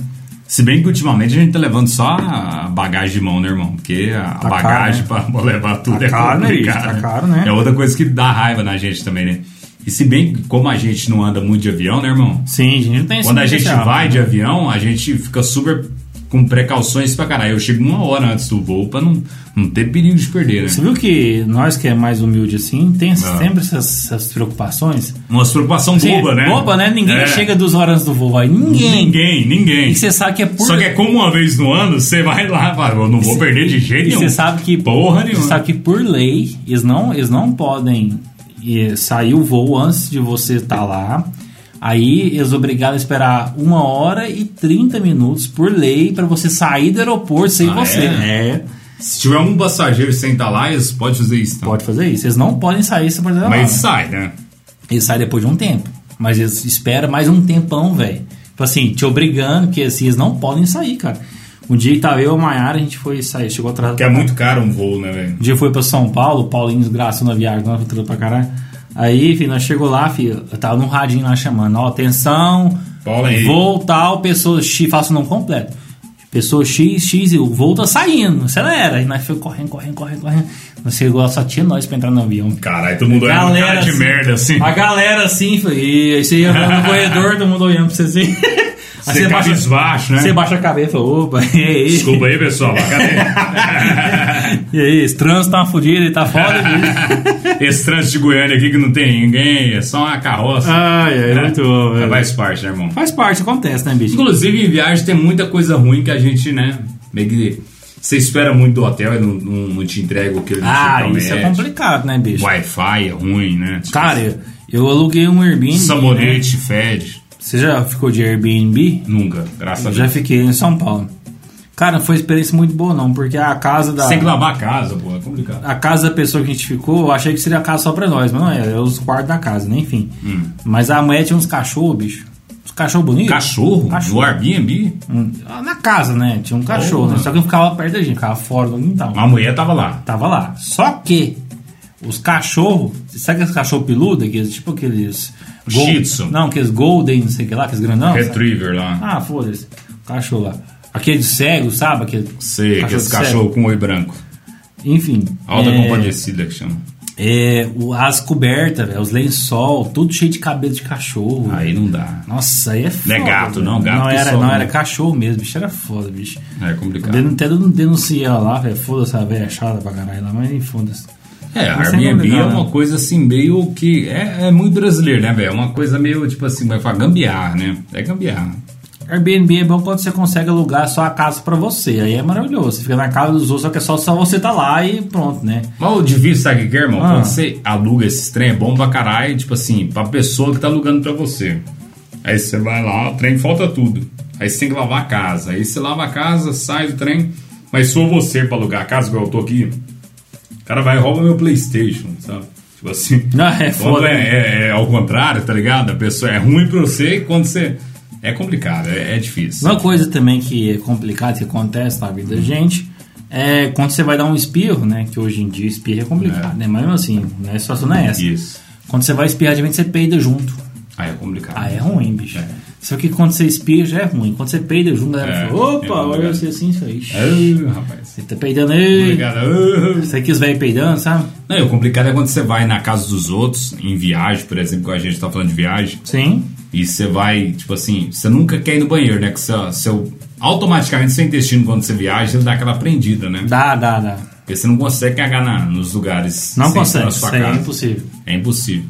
[SPEAKER 2] Se bem que ultimamente a gente tá levando só a bagagem de mão, né, irmão? Porque a
[SPEAKER 1] Tá
[SPEAKER 2] bagagem pra levar tudo
[SPEAKER 1] Tá
[SPEAKER 2] é
[SPEAKER 1] caro, né, bicho?
[SPEAKER 2] complicada.
[SPEAKER 1] Tá caro, né?
[SPEAKER 2] É outra coisa que dá raiva na gente também, né? E se bem que como a gente não anda muito de avião, né, irmão?
[SPEAKER 1] Sim, a gente não tem esse
[SPEAKER 2] Quando a gente
[SPEAKER 1] potencial,
[SPEAKER 2] vai
[SPEAKER 1] né?
[SPEAKER 2] de avião, a gente fica super com precauções pra caralho. Eu chego uma hora antes do voo pra não, não ter perigo de perder, né?
[SPEAKER 1] Você viu que nós que é mais humilde assim, tem
[SPEAKER 2] Ah.
[SPEAKER 1] sempre essas- essas preocupações?
[SPEAKER 2] Uma preocupação
[SPEAKER 1] Sim,
[SPEAKER 2] boba, né?
[SPEAKER 1] Boba, né? Ninguém
[SPEAKER 2] É.
[SPEAKER 1] chega duas horas do voo aí. Ninguém.
[SPEAKER 2] Ninguém, ninguém.
[SPEAKER 1] E você sabe que é por...
[SPEAKER 2] Só que é como uma vez no ano, você vai lá, fala, eu não vou perder de
[SPEAKER 1] E
[SPEAKER 2] jeito nenhum.
[SPEAKER 1] você sabe que...
[SPEAKER 2] Porra nenhuma.
[SPEAKER 1] Você sabe que por lei, eles não, eles não podem eh, sair o voo antes de você estar lá. Aí eles obrigaram a esperar uma hora e 30 minutos por lei pra você sair do aeroporto sem
[SPEAKER 2] Ah,
[SPEAKER 1] você.
[SPEAKER 2] é?
[SPEAKER 1] É,
[SPEAKER 2] Se tiver um passageiro sem estar lá, eles podem fazer isso. Tá?
[SPEAKER 1] pode fazer isso. Eles não podem sair se você
[SPEAKER 2] Mas sai, né?
[SPEAKER 1] Ele sai depois de um tempo. Mas eles esperam mais um tempão, velho. Tipo assim, te obrigando, porque assim, eles não podem sair, cara. Um dia que tava eu e a Maiara, a gente foi sair, chegou atrasado.
[SPEAKER 2] Porque é muito caro um voo, né, velho?
[SPEAKER 1] Um dia foi pra São Paulo, o Paulinho desgraçou na viagem, nós atrasou pra caralho. Aí, filho, nós chegou lá, filho, eu tava num radinho lá chamando, ó, atenção,
[SPEAKER 2] Paulo aí.
[SPEAKER 1] voo tal, pessoa X, faço o nome completo. Pessoa X, X, e o voo tá saindo, acelera. E nós foi correndo, correndo, correndo, correndo. Nós chegou, só tinha nós pra entrar no avião,
[SPEAKER 2] Caralho, todo mundo olhando com um cara de
[SPEAKER 1] assim,
[SPEAKER 2] merda, assim.
[SPEAKER 1] A galera assim, foi, e aí você ia no corredor, todo mundo olhando pra você assim. Aí
[SPEAKER 2] Você baixa esbaixo, né?
[SPEAKER 1] você baixa a cabeça e fala, opa, e aí?
[SPEAKER 2] Desculpa aí, pessoal. mas
[SPEAKER 1] E aí, esse trânsito tá uma fodida e tá foda. bicho.
[SPEAKER 2] Cadê? Esse trânsito de Goiânia aqui que não tem ninguém, é só uma carroça.
[SPEAKER 1] Ai, ai, Ah, muito bom,
[SPEAKER 2] É,
[SPEAKER 1] velho.
[SPEAKER 2] Faz parte, né, irmão?
[SPEAKER 1] Faz parte, acontece, né, bicho?
[SPEAKER 2] Inclusive, em viagem tem muita coisa ruim que a gente, né, meio que... Você espera muito do hotel e não, não- não te entrega o que ele
[SPEAKER 1] Ah,
[SPEAKER 2] te
[SPEAKER 1] isso é
[SPEAKER 2] promete.
[SPEAKER 1] complicado, né, bicho?
[SPEAKER 2] Wi-Fi é ruim, né? Tipo,
[SPEAKER 1] Cara, eu, eu aluguei um Airbnb. né?
[SPEAKER 2] Sabonete, fede.
[SPEAKER 1] Você já ficou de Airbnb?
[SPEAKER 2] Nunca, graças a
[SPEAKER 1] Eu
[SPEAKER 2] Deus.
[SPEAKER 1] já fiquei em São Paulo. Cara, não foi experiência muito boa, não, porque a casa da.
[SPEAKER 2] Você tem que lavar a casa, pô, é complicado.
[SPEAKER 1] a casa da pessoa que a gente ficou, eu achei que seria a casa só pra nós, mas não é, é os quartos da casa, né? Enfim.
[SPEAKER 2] Hum.
[SPEAKER 1] Mas a mulher tinha uns cachorros, bicho. Uns cachorros bonitos.
[SPEAKER 2] Cachorro?
[SPEAKER 1] Cachorro.
[SPEAKER 2] No Airbnb?
[SPEAKER 1] Hum, Na casa, né? Tinha um cachorro,
[SPEAKER 2] Porra. Ah.
[SPEAKER 1] né? Só que não ficava perto da gente, ficava fora do quintal.
[SPEAKER 2] A mulher tava lá.
[SPEAKER 1] Tava lá. Só que os cachorros, sabe aqueles cachorros peludos? Aqueles, tipo aqueles. gol-
[SPEAKER 2] Shih Tzu.
[SPEAKER 1] Não, aqueles golden, não sei o que lá, aqueles grandão. sabe?
[SPEAKER 2] Retriever lá.
[SPEAKER 1] Ah, foda-se. Cachorro lá. Aquele cego, sabe? Aquele
[SPEAKER 2] Sei, aqueles
[SPEAKER 1] de
[SPEAKER 2] é cachorro com oi branco.
[SPEAKER 1] cego. Enfim.
[SPEAKER 2] Alta
[SPEAKER 1] é,
[SPEAKER 2] compadecida que chama.
[SPEAKER 1] É, o- as cobertas, velho, os lençol, tudo cheio de cabelo de cachorro.
[SPEAKER 2] Aí não dá.
[SPEAKER 1] Nossa, aí é foda.
[SPEAKER 2] é gato,
[SPEAKER 1] velho.
[SPEAKER 2] não, gato
[SPEAKER 1] Não
[SPEAKER 2] que
[SPEAKER 1] era,
[SPEAKER 2] sobe,
[SPEAKER 1] não
[SPEAKER 2] né?
[SPEAKER 1] era cachorro mesmo, bicho, era foda, bicho.
[SPEAKER 2] É complicado.
[SPEAKER 1] Den- Até den- denunciei ela lá, velho, foda-se a velha é chata pra caralho lá, mas nem foda-se.
[SPEAKER 2] É,
[SPEAKER 1] Isso é
[SPEAKER 2] Airbnb é
[SPEAKER 1] complicado,
[SPEAKER 2] uma
[SPEAKER 1] né?
[SPEAKER 2] coisa assim, meio que. É, é muito brasileiro, né, velho? É uma coisa meio tipo assim, vai falar gambiarra, né? É gambiarra.
[SPEAKER 1] Airbnb é bom quando você consegue alugar só a casa pra você, aí é maravilhoso. Você fica na casa dos outros, só que é só, só você tá lá e pronto, né?
[SPEAKER 2] Mas o difícil, sabe o que é, irmão?
[SPEAKER 1] Ah.
[SPEAKER 2] Quando você aluga esse trem, é bom pra caralho, tipo assim, pra pessoa que tá alugando pra você. Aí você vai lá, o trem falta tudo. Aí você tem que lavar a casa. Aí você lava a casa, sai do trem, mas sou você pra alugar a casa, igual eu tô aqui. cara vai e rouba meu Playstation, sabe? Tipo assim.
[SPEAKER 1] Não, é
[SPEAKER 2] quando
[SPEAKER 1] foda.
[SPEAKER 2] é, é- é ao contrário, tá ligado? A pessoa é ruim pra você e quando você. É complicado, é, é difícil.
[SPEAKER 1] Uma coisa também que é complicada, que acontece na
[SPEAKER 2] Uhum.
[SPEAKER 1] vida da gente, é quando você vai dar um espirro, né? Que hoje em dia espirro é complicado,
[SPEAKER 2] É.
[SPEAKER 1] né? Mas mesmo assim, né, a situação não é essa.
[SPEAKER 2] Isso.
[SPEAKER 1] Quando você vai espirrar, de repente você peida junto.
[SPEAKER 2] Aí é complicado.
[SPEAKER 1] Ah, é ruim, bicho.
[SPEAKER 2] É.
[SPEAKER 1] Só que quando você espirra já é ruim. Quando você peida junto, a galera
[SPEAKER 2] É,
[SPEAKER 1] fala,
[SPEAKER 2] é
[SPEAKER 1] opa,
[SPEAKER 2] complicado.
[SPEAKER 1] olha você assim, isso aí.
[SPEAKER 2] Ah, rapaz.
[SPEAKER 1] Você tá peidando aí.
[SPEAKER 2] Complicado. Ah.
[SPEAKER 1] Você quis velho peidando, sabe?
[SPEAKER 2] Não, e o complicado é quando você vai na casa dos outros, em viagem, por exemplo, que a gente tá falando de viagem,
[SPEAKER 1] Sim.
[SPEAKER 2] e você vai, tipo assim, você nunca quer ir no banheiro, né? Que seu, seu- automaticamente seu intestino, quando você viaja, ele dá aquela prendida, né?
[SPEAKER 1] Dá, dá, dá.
[SPEAKER 2] Porque você não consegue cagar na- nos lugares.
[SPEAKER 1] Não
[SPEAKER 2] sem ser
[SPEAKER 1] consegue,
[SPEAKER 2] na sua
[SPEAKER 1] isso aí é
[SPEAKER 2] casa.
[SPEAKER 1] impossível.
[SPEAKER 2] É impossível.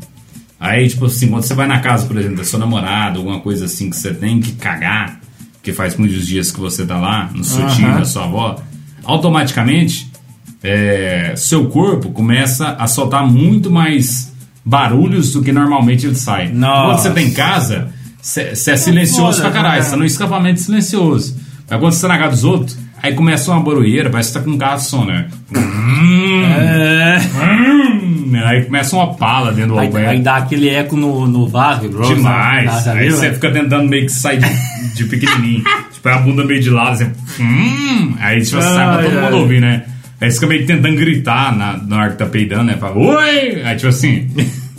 [SPEAKER 2] Aí, tipo assim, quando você vai na casa, por exemplo, da sua namorada, alguma coisa assim que você tem que cagar, que faz muitos dias que você tá lá, no seu tio,
[SPEAKER 1] Aham.
[SPEAKER 2] na sua avó, automaticamente é, seu corpo começa a soltar muito mais barulhos do que normalmente ele sai. Quando
[SPEAKER 1] Nossa.
[SPEAKER 2] você tá em casa, você você é silencioso
[SPEAKER 1] foda,
[SPEAKER 2] pra caralho,
[SPEAKER 1] né?
[SPEAKER 2] você tá num escapamento silencioso. Mas quando você tá na casa dos outros, aí começa uma barulheira, parece que tá com um carro de som, né?
[SPEAKER 1] É.
[SPEAKER 2] Hum, aí começa uma pala dentro do
[SPEAKER 1] Aí,
[SPEAKER 2] banheiro.
[SPEAKER 1] aí dá aquele eco no, no vaso.
[SPEAKER 2] é. Demais.
[SPEAKER 1] Dá, sabe? né?
[SPEAKER 2] aí você fica tentando meio que sair de, de pequenininho. tipo, a bunda meio de lado, você... Hum, aí tipo, sai pra
[SPEAKER 1] Ai,
[SPEAKER 2] todo
[SPEAKER 1] ai.
[SPEAKER 2] mundo ouvir, né? Aí você fica meio que tentando gritar na, na hora que tá peidando, né? Fala, oi! Aí tipo assim...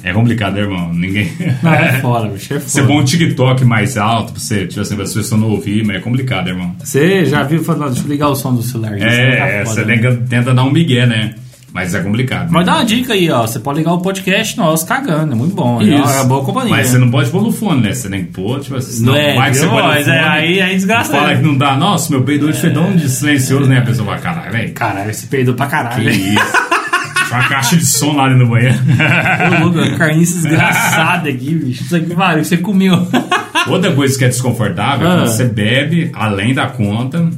[SPEAKER 2] É complicado, né, irmão. Ninguém...
[SPEAKER 1] Não, é fora, bicho. É
[SPEAKER 2] Você
[SPEAKER 1] foda.
[SPEAKER 2] põe um TikTok mais alto pra você, tipo assim, pra as pessoas não ouvir, mas é complicado, irmão.
[SPEAKER 1] Você já viu falando, "Não, deixa eu ligar o som do celular. isso tá
[SPEAKER 2] É, é,
[SPEAKER 1] foda,
[SPEAKER 2] você
[SPEAKER 1] né?"
[SPEAKER 2] tenta, tenta dar um migué, né? Mas é complicado.
[SPEAKER 1] Mas dá uma dica aí, ó. Você pode ligar o podcast nosso cagando, é muito bom. É uma boa companhia.
[SPEAKER 2] Mas você não pode pôr no fone, né? Você tem que pôr, tipo assim, senão
[SPEAKER 1] É,
[SPEAKER 2] vai que você
[SPEAKER 1] viu?
[SPEAKER 2] põe no
[SPEAKER 1] Mas
[SPEAKER 2] fone,
[SPEAKER 1] é, aí- aí desgasta,
[SPEAKER 2] Fala
[SPEAKER 1] né? É.
[SPEAKER 2] que não dá. Nossa, meu peido hoje foi tão de silencioso, né? A pessoa fala, caralho, velho.
[SPEAKER 1] Caralho, se perdeu pra
[SPEAKER 2] Que
[SPEAKER 1] caralho.
[SPEAKER 2] isso. Tinha uma caixa de som lá dentro do banheiro.
[SPEAKER 1] Ô, louco, uma carniça desgraçada aqui, bicho. Isso aqui valeu, você comeu.
[SPEAKER 2] Outra coisa que é desconfortável é
[SPEAKER 1] Ah.
[SPEAKER 2] quando você bebe além da conta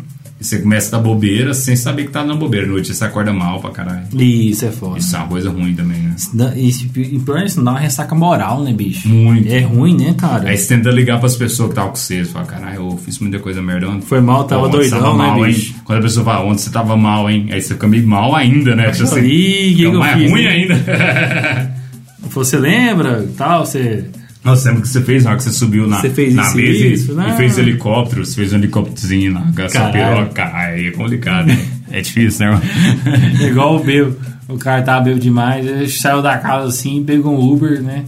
[SPEAKER 2] e você começa a dar bobeira sem saber que tá dando bobeira. No outro dia você acorda mal pra caralho.
[SPEAKER 1] Isso é foda.
[SPEAKER 2] Isso é uma coisa ruim também, né?
[SPEAKER 1] Dá- Isso, e pior é isso, dá uma ressaca moral, né, bicho?
[SPEAKER 2] Muito.
[SPEAKER 1] É ruim, né, cara?
[SPEAKER 2] Aí você tenta ligar pras pessoas que estavam com você, você fala, caralho, eu fiz muita coisa merda ontem.
[SPEAKER 1] Foi mal, tava
[SPEAKER 2] ontem você
[SPEAKER 1] doidão,
[SPEAKER 2] tava
[SPEAKER 1] né,
[SPEAKER 2] mal, hein?
[SPEAKER 1] bicho?
[SPEAKER 2] Quando a pessoa fala, ontem você tava mal, hein? Aí você fica meio mal ainda, né? Tipo assim,
[SPEAKER 1] Ih, que
[SPEAKER 2] é
[SPEAKER 1] que eu
[SPEAKER 2] mais
[SPEAKER 1] fiz,
[SPEAKER 2] ruim
[SPEAKER 1] né?
[SPEAKER 2] ainda.
[SPEAKER 1] Você lembra e tal? Você.
[SPEAKER 2] Nossa, lembra o que você fez na hora que você subiu na,
[SPEAKER 1] Você fez
[SPEAKER 2] na
[SPEAKER 1] isso,
[SPEAKER 2] mesa e-
[SPEAKER 1] isso, né?
[SPEAKER 2] e fez helicóptero, você fez um helicópterozinho lá com essa
[SPEAKER 1] Caralho.
[SPEAKER 2] piroca, caralho, aí é complicado, né? É difícil, né, irmão?
[SPEAKER 1] É Igual o Bebo. O cara tava bebo demais, ele saiu da casa assim, pegou um Uber, né?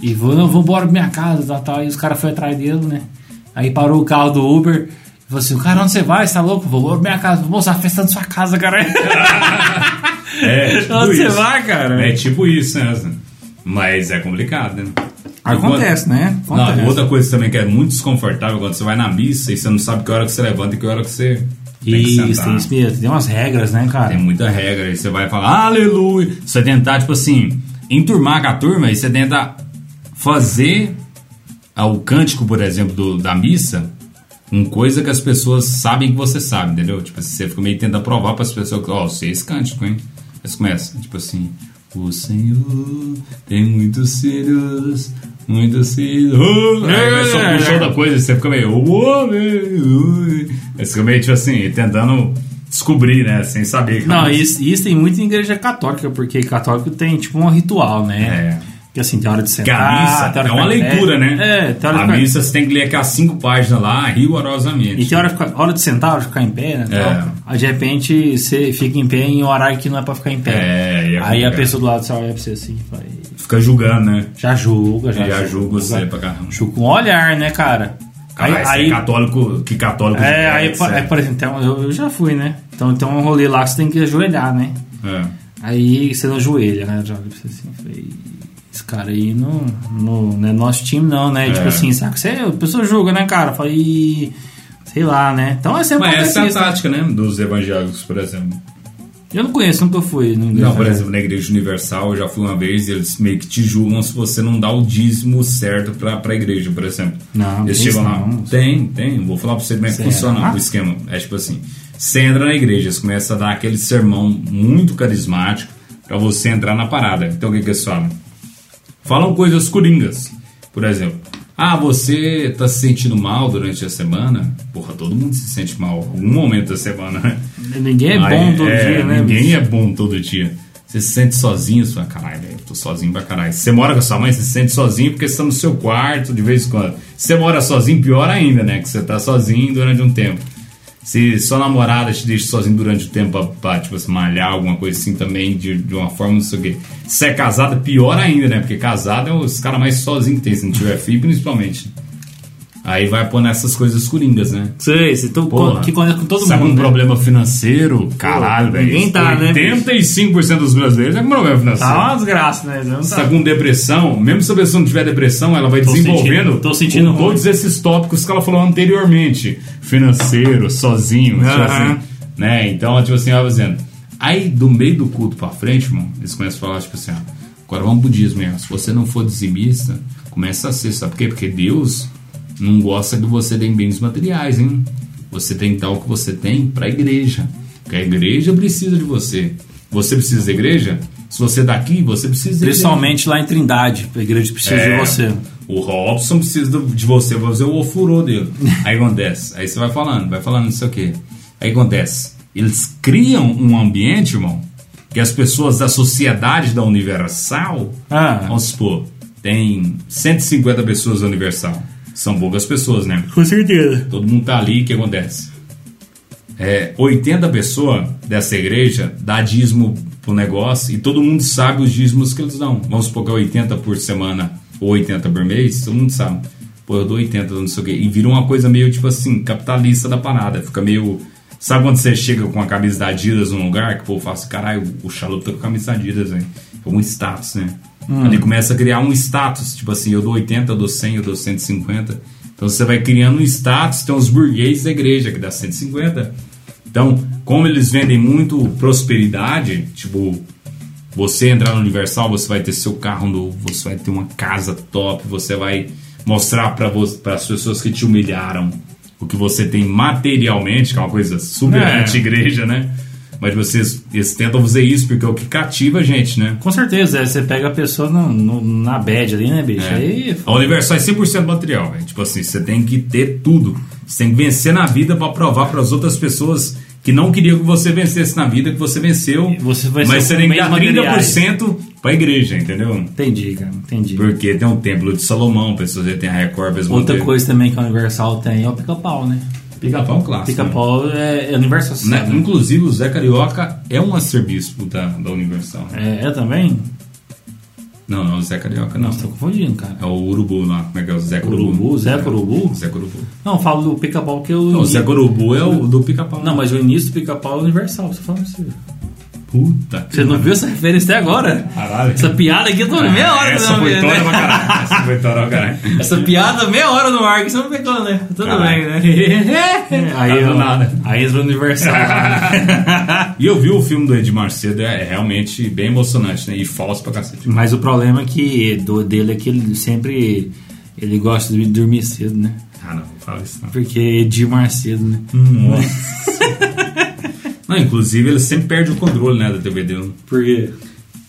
[SPEAKER 1] E vou, não, vou embora pra minha casa, tal, tal. E os caras foram atrás dele, né? Aí parou o carro do Uber. e Falou assim, cara, onde você vai? Você tá louco? Vou embora pra minha casa. Moça, a festa na sua casa, cara.
[SPEAKER 2] É, tipo
[SPEAKER 1] onde você
[SPEAKER 2] isso.
[SPEAKER 1] vai, cara?
[SPEAKER 2] É tipo isso, né? assim. Mas é complicado, né?
[SPEAKER 1] Acontece, né? Acontece.
[SPEAKER 2] Não, outra coisa também que é muito desconfortável quando você vai na missa e você não sabe que hora que você levanta e que hora que você tem que
[SPEAKER 1] Isso,
[SPEAKER 2] sentar.
[SPEAKER 1] tem, isso mesmo. tem umas regras, né,
[SPEAKER 2] Tem
[SPEAKER 1] cara?
[SPEAKER 2] muita regra. Aí você vai falar, aleluia. Você tentar, tipo assim, enturmar com a turma e você tenta fazer ah, o cântico, por exemplo, do- da missa, uma coisa que as pessoas sabem que você sabe, entendeu? Tipo assim, você fica meio tentando provar para as pessoas que, ó, eu sei esse cântico, hein? Eles começam, tipo assim, o Senhor tem muitos filhos. Muitos filhos. Uh, aí a pessoa puxa outra coisa e você fica meio. "Oh, meu, ui." Aí você fica meio, tipo assim, tentando descobrir, né? Sem saber.
[SPEAKER 1] Não, isso, isso tem muito em igreja católica, porque católico tem tipo um ritual, né?
[SPEAKER 2] É.
[SPEAKER 1] Que assim, tem hora de
[SPEAKER 2] Porque a
[SPEAKER 1] sentar.
[SPEAKER 2] missa
[SPEAKER 1] tem hora
[SPEAKER 2] é
[SPEAKER 1] de
[SPEAKER 2] uma
[SPEAKER 1] ficar em pé.
[SPEAKER 2] leitura, né?
[SPEAKER 1] É, tem hora
[SPEAKER 2] a
[SPEAKER 1] de ficar-
[SPEAKER 2] missa você tem que ler aquelas cinco páginas lá, rigorosamente.
[SPEAKER 1] E tem hora, de ficar- hora de sentar, hora de ficar em pé, né?
[SPEAKER 2] É.
[SPEAKER 1] tal. Aí de repente você fica em pé em um horário que não é pra ficar em pé.
[SPEAKER 2] É, e
[SPEAKER 1] Aí
[SPEAKER 2] é
[SPEAKER 1] a
[SPEAKER 2] complicado.
[SPEAKER 1] pessoa do lado do céu olha pra você assim e fala, "Ei",
[SPEAKER 2] Fica julgando, né?
[SPEAKER 1] já julga, já,
[SPEAKER 2] Já julga você pra caramba.
[SPEAKER 1] Julga com olhar, né, cara?
[SPEAKER 2] Caralho, esse
[SPEAKER 1] aí,
[SPEAKER 2] é
[SPEAKER 1] aí,
[SPEAKER 2] católico, que católico de
[SPEAKER 1] é,
[SPEAKER 2] merda,
[SPEAKER 1] aí,
[SPEAKER 2] etc.
[SPEAKER 1] por- é, por exemplo, tem um- eu, eu já fui, né? Então tem um rolê lá que você tem que ajoelhar, né?
[SPEAKER 2] É.
[SPEAKER 1] Aí você não ajoelha, né? Já olha pra você assim e fala, "Ei, esse cara aí não, não, não é nosso time, não, né?
[SPEAKER 2] É.
[SPEAKER 1] Tipo assim, saca? Você, a pessoa julga, né, cara? Fala, "Ih, sei lá, né? Então é sempre
[SPEAKER 2] Mas essa é a
[SPEAKER 1] isso, né?
[SPEAKER 2] tática, né? Dos evangélicos, por exemplo.
[SPEAKER 1] Eu não conheço, nunca fui. Não,
[SPEAKER 2] Não, por exemplo, na Igreja Universal, eu já fui uma vez e eles meio que te julgam se você não dá o dízimo certo pra, pra igreja, por exemplo.
[SPEAKER 1] Não,
[SPEAKER 2] eles
[SPEAKER 1] tem
[SPEAKER 2] chegam
[SPEAKER 1] isso
[SPEAKER 2] lá.
[SPEAKER 1] não.
[SPEAKER 2] Tem, tem. Vou falar pra você como é que
[SPEAKER 1] Será?
[SPEAKER 2] funciona o esquema. É tipo assim: você entra na igreja, você começa a dar aquele sermão muito carismático pra você entrar na parada. Então o que, que eles falam? Falam coisas coringas. Por exemplo, ah, você tá se sentindo mal durante a semana? Porra, todo mundo se sente mal. Algum momento da semana, né?
[SPEAKER 1] Ninguém é
[SPEAKER 2] Aí,
[SPEAKER 1] bom todo
[SPEAKER 2] é,
[SPEAKER 1] dia, né?
[SPEAKER 2] Ninguém
[SPEAKER 1] bicho?
[SPEAKER 2] é bom todo dia. Você se sente sozinho, sua caralho, velho, tô sozinho pra caralho. Você mora com a sua mãe, você se sente sozinho porque você tá no seu quarto de vez em quando. Se você mora sozinho, pior ainda, né? Que você tá sozinho durante um tempo. Se sua namorada te deixa sozinho durante o tempo pra, pra, tipo assim, malhar alguma coisa assim também, de, de uma forma, não sei o quê. Se é casada, pior ainda, né? Porque casado é os caras mais sozinhos que tem, se não tiver filho, principalmente. Aí vai pôr nessas coisas coringas, né?
[SPEAKER 1] Sei, você tu,
[SPEAKER 2] Porra,
[SPEAKER 1] que conecta com todo
[SPEAKER 2] Sabe
[SPEAKER 1] mundo.
[SPEAKER 2] um
[SPEAKER 1] né?
[SPEAKER 2] problema financeiro? Caralho, velho.
[SPEAKER 1] ninguém tá, né,
[SPEAKER 2] 85% dos brasileiros é com problema financeiro.
[SPEAKER 1] Tá uma desgraça, né? Não
[SPEAKER 2] Se
[SPEAKER 1] tá.
[SPEAKER 2] tá com depressão, mesmo se a pessoa não tiver depressão, ela vai
[SPEAKER 1] Tô
[SPEAKER 2] desenvolvendo
[SPEAKER 1] sentindo- tô sentindo
[SPEAKER 2] com
[SPEAKER 1] ruim.
[SPEAKER 2] todos esses tópicos que ela falou anteriormente. Financeiro, sozinho, tipo
[SPEAKER 1] Aham.
[SPEAKER 2] assim, né? Então, tipo assim, ela vai dizendo. Aí, do meio do culto pra frente, mano, eles começam a falar, tipo assim, ó, agora vamos pro dízimo, hein? se você não for dizimista, começa a ser, sabe por quê? Porque Deus não gosta que você dê bens materiais, hein? Você tem tal que você tem pra igreja, porque a igreja precisa de você. Você precisa da igreja? Se você é daqui, você precisa da igreja.
[SPEAKER 1] Principalmente lá em Trindade, a igreja precisa
[SPEAKER 2] É,
[SPEAKER 1] de você.
[SPEAKER 2] O Robson precisa do- de você pra fazer o ofurô dele. Aí acontece. Aí você vai falando, vai falando não sei o quê. Aí acontece. Eles criam um ambiente, irmão, que as pessoas da sociedade da Universal,
[SPEAKER 1] Ah.
[SPEAKER 2] vamos supor, tem 150 pessoas da Universal. São poucas pessoas, né?
[SPEAKER 1] Com certeza.
[SPEAKER 2] Todo mundo tá ali, o que acontece? É, 80 pessoas dessa igreja dá dízimo pro negócio e todo mundo sabe os dízimos que eles dão. Vamos supor que é 80 por semana ou 80 por mês, todo mundo sabe. Pô, eu dou 80, eu não sei o quê. E vira uma coisa meio, tipo assim, capitalista da parada. Fica meio... Sabe quando você chega com a camisa da Adidas num lugar que o povo fala assim, caralho, o chalupa tá com a camisa da Adidas, velho. É um status, né? Ele começa a criar um status, tipo assim, eu dou 80, eu dou 100, eu dou 150. Então você vai criando um status, tem os burgueses da igreja que dá 150. Então, como eles vendem muito prosperidade, tipo, você entrar no Universal, você vai ter seu carro novo, você vai ter uma casa top, você vai mostrar para as pessoas que te humilharam o que você tem materialmente, que é uma coisa super
[SPEAKER 1] É.
[SPEAKER 2] anti-igreja, né? Mas vocês eles tentam fazer isso porque é o que cativa a gente, né?
[SPEAKER 1] Com certeza, é, você pega a pessoa no- no- na bad ali, né, bicho? Aí, f-
[SPEAKER 2] A Universal é 100% material, velho. Tipo assim, você tem que ter tudo. Você tem que vencer na vida pra provar pras outras pessoas que não queriam que você vencesse na vida, que você venceu.
[SPEAKER 1] E você vai
[SPEAKER 2] mas
[SPEAKER 1] ser um
[SPEAKER 2] você tem que
[SPEAKER 1] com
[SPEAKER 2] dar
[SPEAKER 1] meios
[SPEAKER 2] 30% pra igreja, entendeu?
[SPEAKER 1] entendi, cara, entendi.
[SPEAKER 2] Porque tem o Templo de Salomão, pessoas aí tem a Record, pessoas
[SPEAKER 1] Outra
[SPEAKER 2] têm-
[SPEAKER 1] coisa também que a Universal tem é o pica-pau, né?
[SPEAKER 2] Pica-pau é um clássico.
[SPEAKER 1] Pica-pau é, é Universal.
[SPEAKER 2] né?
[SPEAKER 1] Né?
[SPEAKER 2] Né? Inclusive, o Zé Carioca é um arcebispo da, da Universal. né?
[SPEAKER 1] É, é também?
[SPEAKER 2] Não, não, é o Zé Carioca não.
[SPEAKER 1] Nossa, tô confundindo, cara.
[SPEAKER 2] É o Urubu lá, como é que é o Zé Corubu?
[SPEAKER 1] Urubu, Zé Corubu?
[SPEAKER 2] Zé Corubu.
[SPEAKER 1] Não, falo do pica-pau que eu.
[SPEAKER 2] Não, o Zé Corubu é o do pica-pau.
[SPEAKER 1] Não, mas o início do pica-pau é Universal, você fala assim.
[SPEAKER 2] Puta que
[SPEAKER 1] Você não viu essa referência até agora?
[SPEAKER 2] Caralho.
[SPEAKER 1] Essa piada aqui eu tô meia hora
[SPEAKER 2] Essa
[SPEAKER 1] não
[SPEAKER 2] foi
[SPEAKER 1] vendo,
[SPEAKER 2] tora
[SPEAKER 1] né?
[SPEAKER 2] pra caralho. Essa foi tora pra caralho.
[SPEAKER 1] Essa piada meia hora no ar que você não pegou, né? Tudo
[SPEAKER 2] Caralho.
[SPEAKER 1] bem, né?
[SPEAKER 2] Tá
[SPEAKER 1] aí
[SPEAKER 2] do nada.
[SPEAKER 1] Aí entra o Universal.
[SPEAKER 2] E eu vi o filme do Edmar Cedo, é realmente bem emocionante, né? E falso pra cacete.
[SPEAKER 1] Mas o problema é que do, dele é que ele sempre ele gosta de dormir cedo, né?
[SPEAKER 2] Ah, não, não fala isso não.
[SPEAKER 1] Porque é Edmar cedo, né?
[SPEAKER 2] Nossa. não, inclusive ele sempre perde o controle, né, da TV dele.
[SPEAKER 1] Por quê?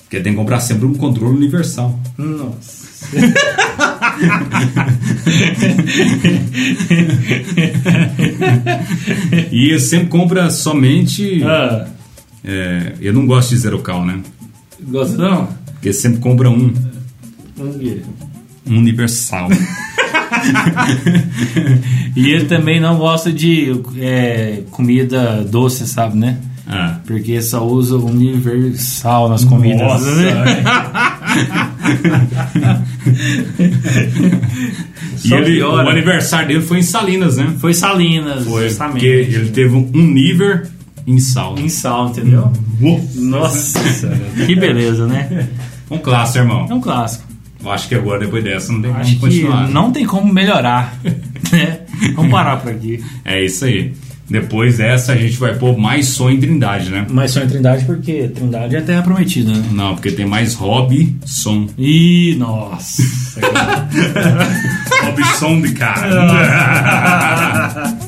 [SPEAKER 2] Porque tem que comprar sempre um controle universal.
[SPEAKER 1] Nossa.
[SPEAKER 2] E ele sempre compra somente.
[SPEAKER 1] Ah,
[SPEAKER 2] é, eu não gosto de zero cal, né?
[SPEAKER 1] gosta não?
[SPEAKER 2] Porque ele sempre compra um,
[SPEAKER 1] Por quê?
[SPEAKER 2] um universal.
[SPEAKER 1] E ele também não gosta de é, comida doce, sabe, né?
[SPEAKER 2] ah.
[SPEAKER 1] Porque só usa o universal nas comidas.
[SPEAKER 2] Nossa,
[SPEAKER 1] né?
[SPEAKER 2] E
[SPEAKER 1] Só
[SPEAKER 2] é. ele-
[SPEAKER 1] piora.
[SPEAKER 2] o aniversário dele foi em Salinas, né?
[SPEAKER 1] Foi Salinas,
[SPEAKER 2] Foi,
[SPEAKER 1] justamente.
[SPEAKER 2] porque ele teve um nível em sal.
[SPEAKER 1] Em sal, entendeu? Nossa,
[SPEAKER 2] É.
[SPEAKER 1] que beleza, né?
[SPEAKER 2] Um clássico, irmão.
[SPEAKER 1] É um clássico.
[SPEAKER 2] Eu acho que agora, depois dessa, não tem como
[SPEAKER 1] Acho que
[SPEAKER 2] continuar.
[SPEAKER 1] não tem como melhorar. né? Vamos parar por aqui.
[SPEAKER 2] É isso aí. Depois dessa, a gente vai pôr mais som em Trindade, né?
[SPEAKER 1] Mas só em Trindade porque Trindade é terra prometida, né?
[SPEAKER 2] Não, porque tem mais hobby som.
[SPEAKER 1] Ih, nossa.
[SPEAKER 2] hobby som de cara.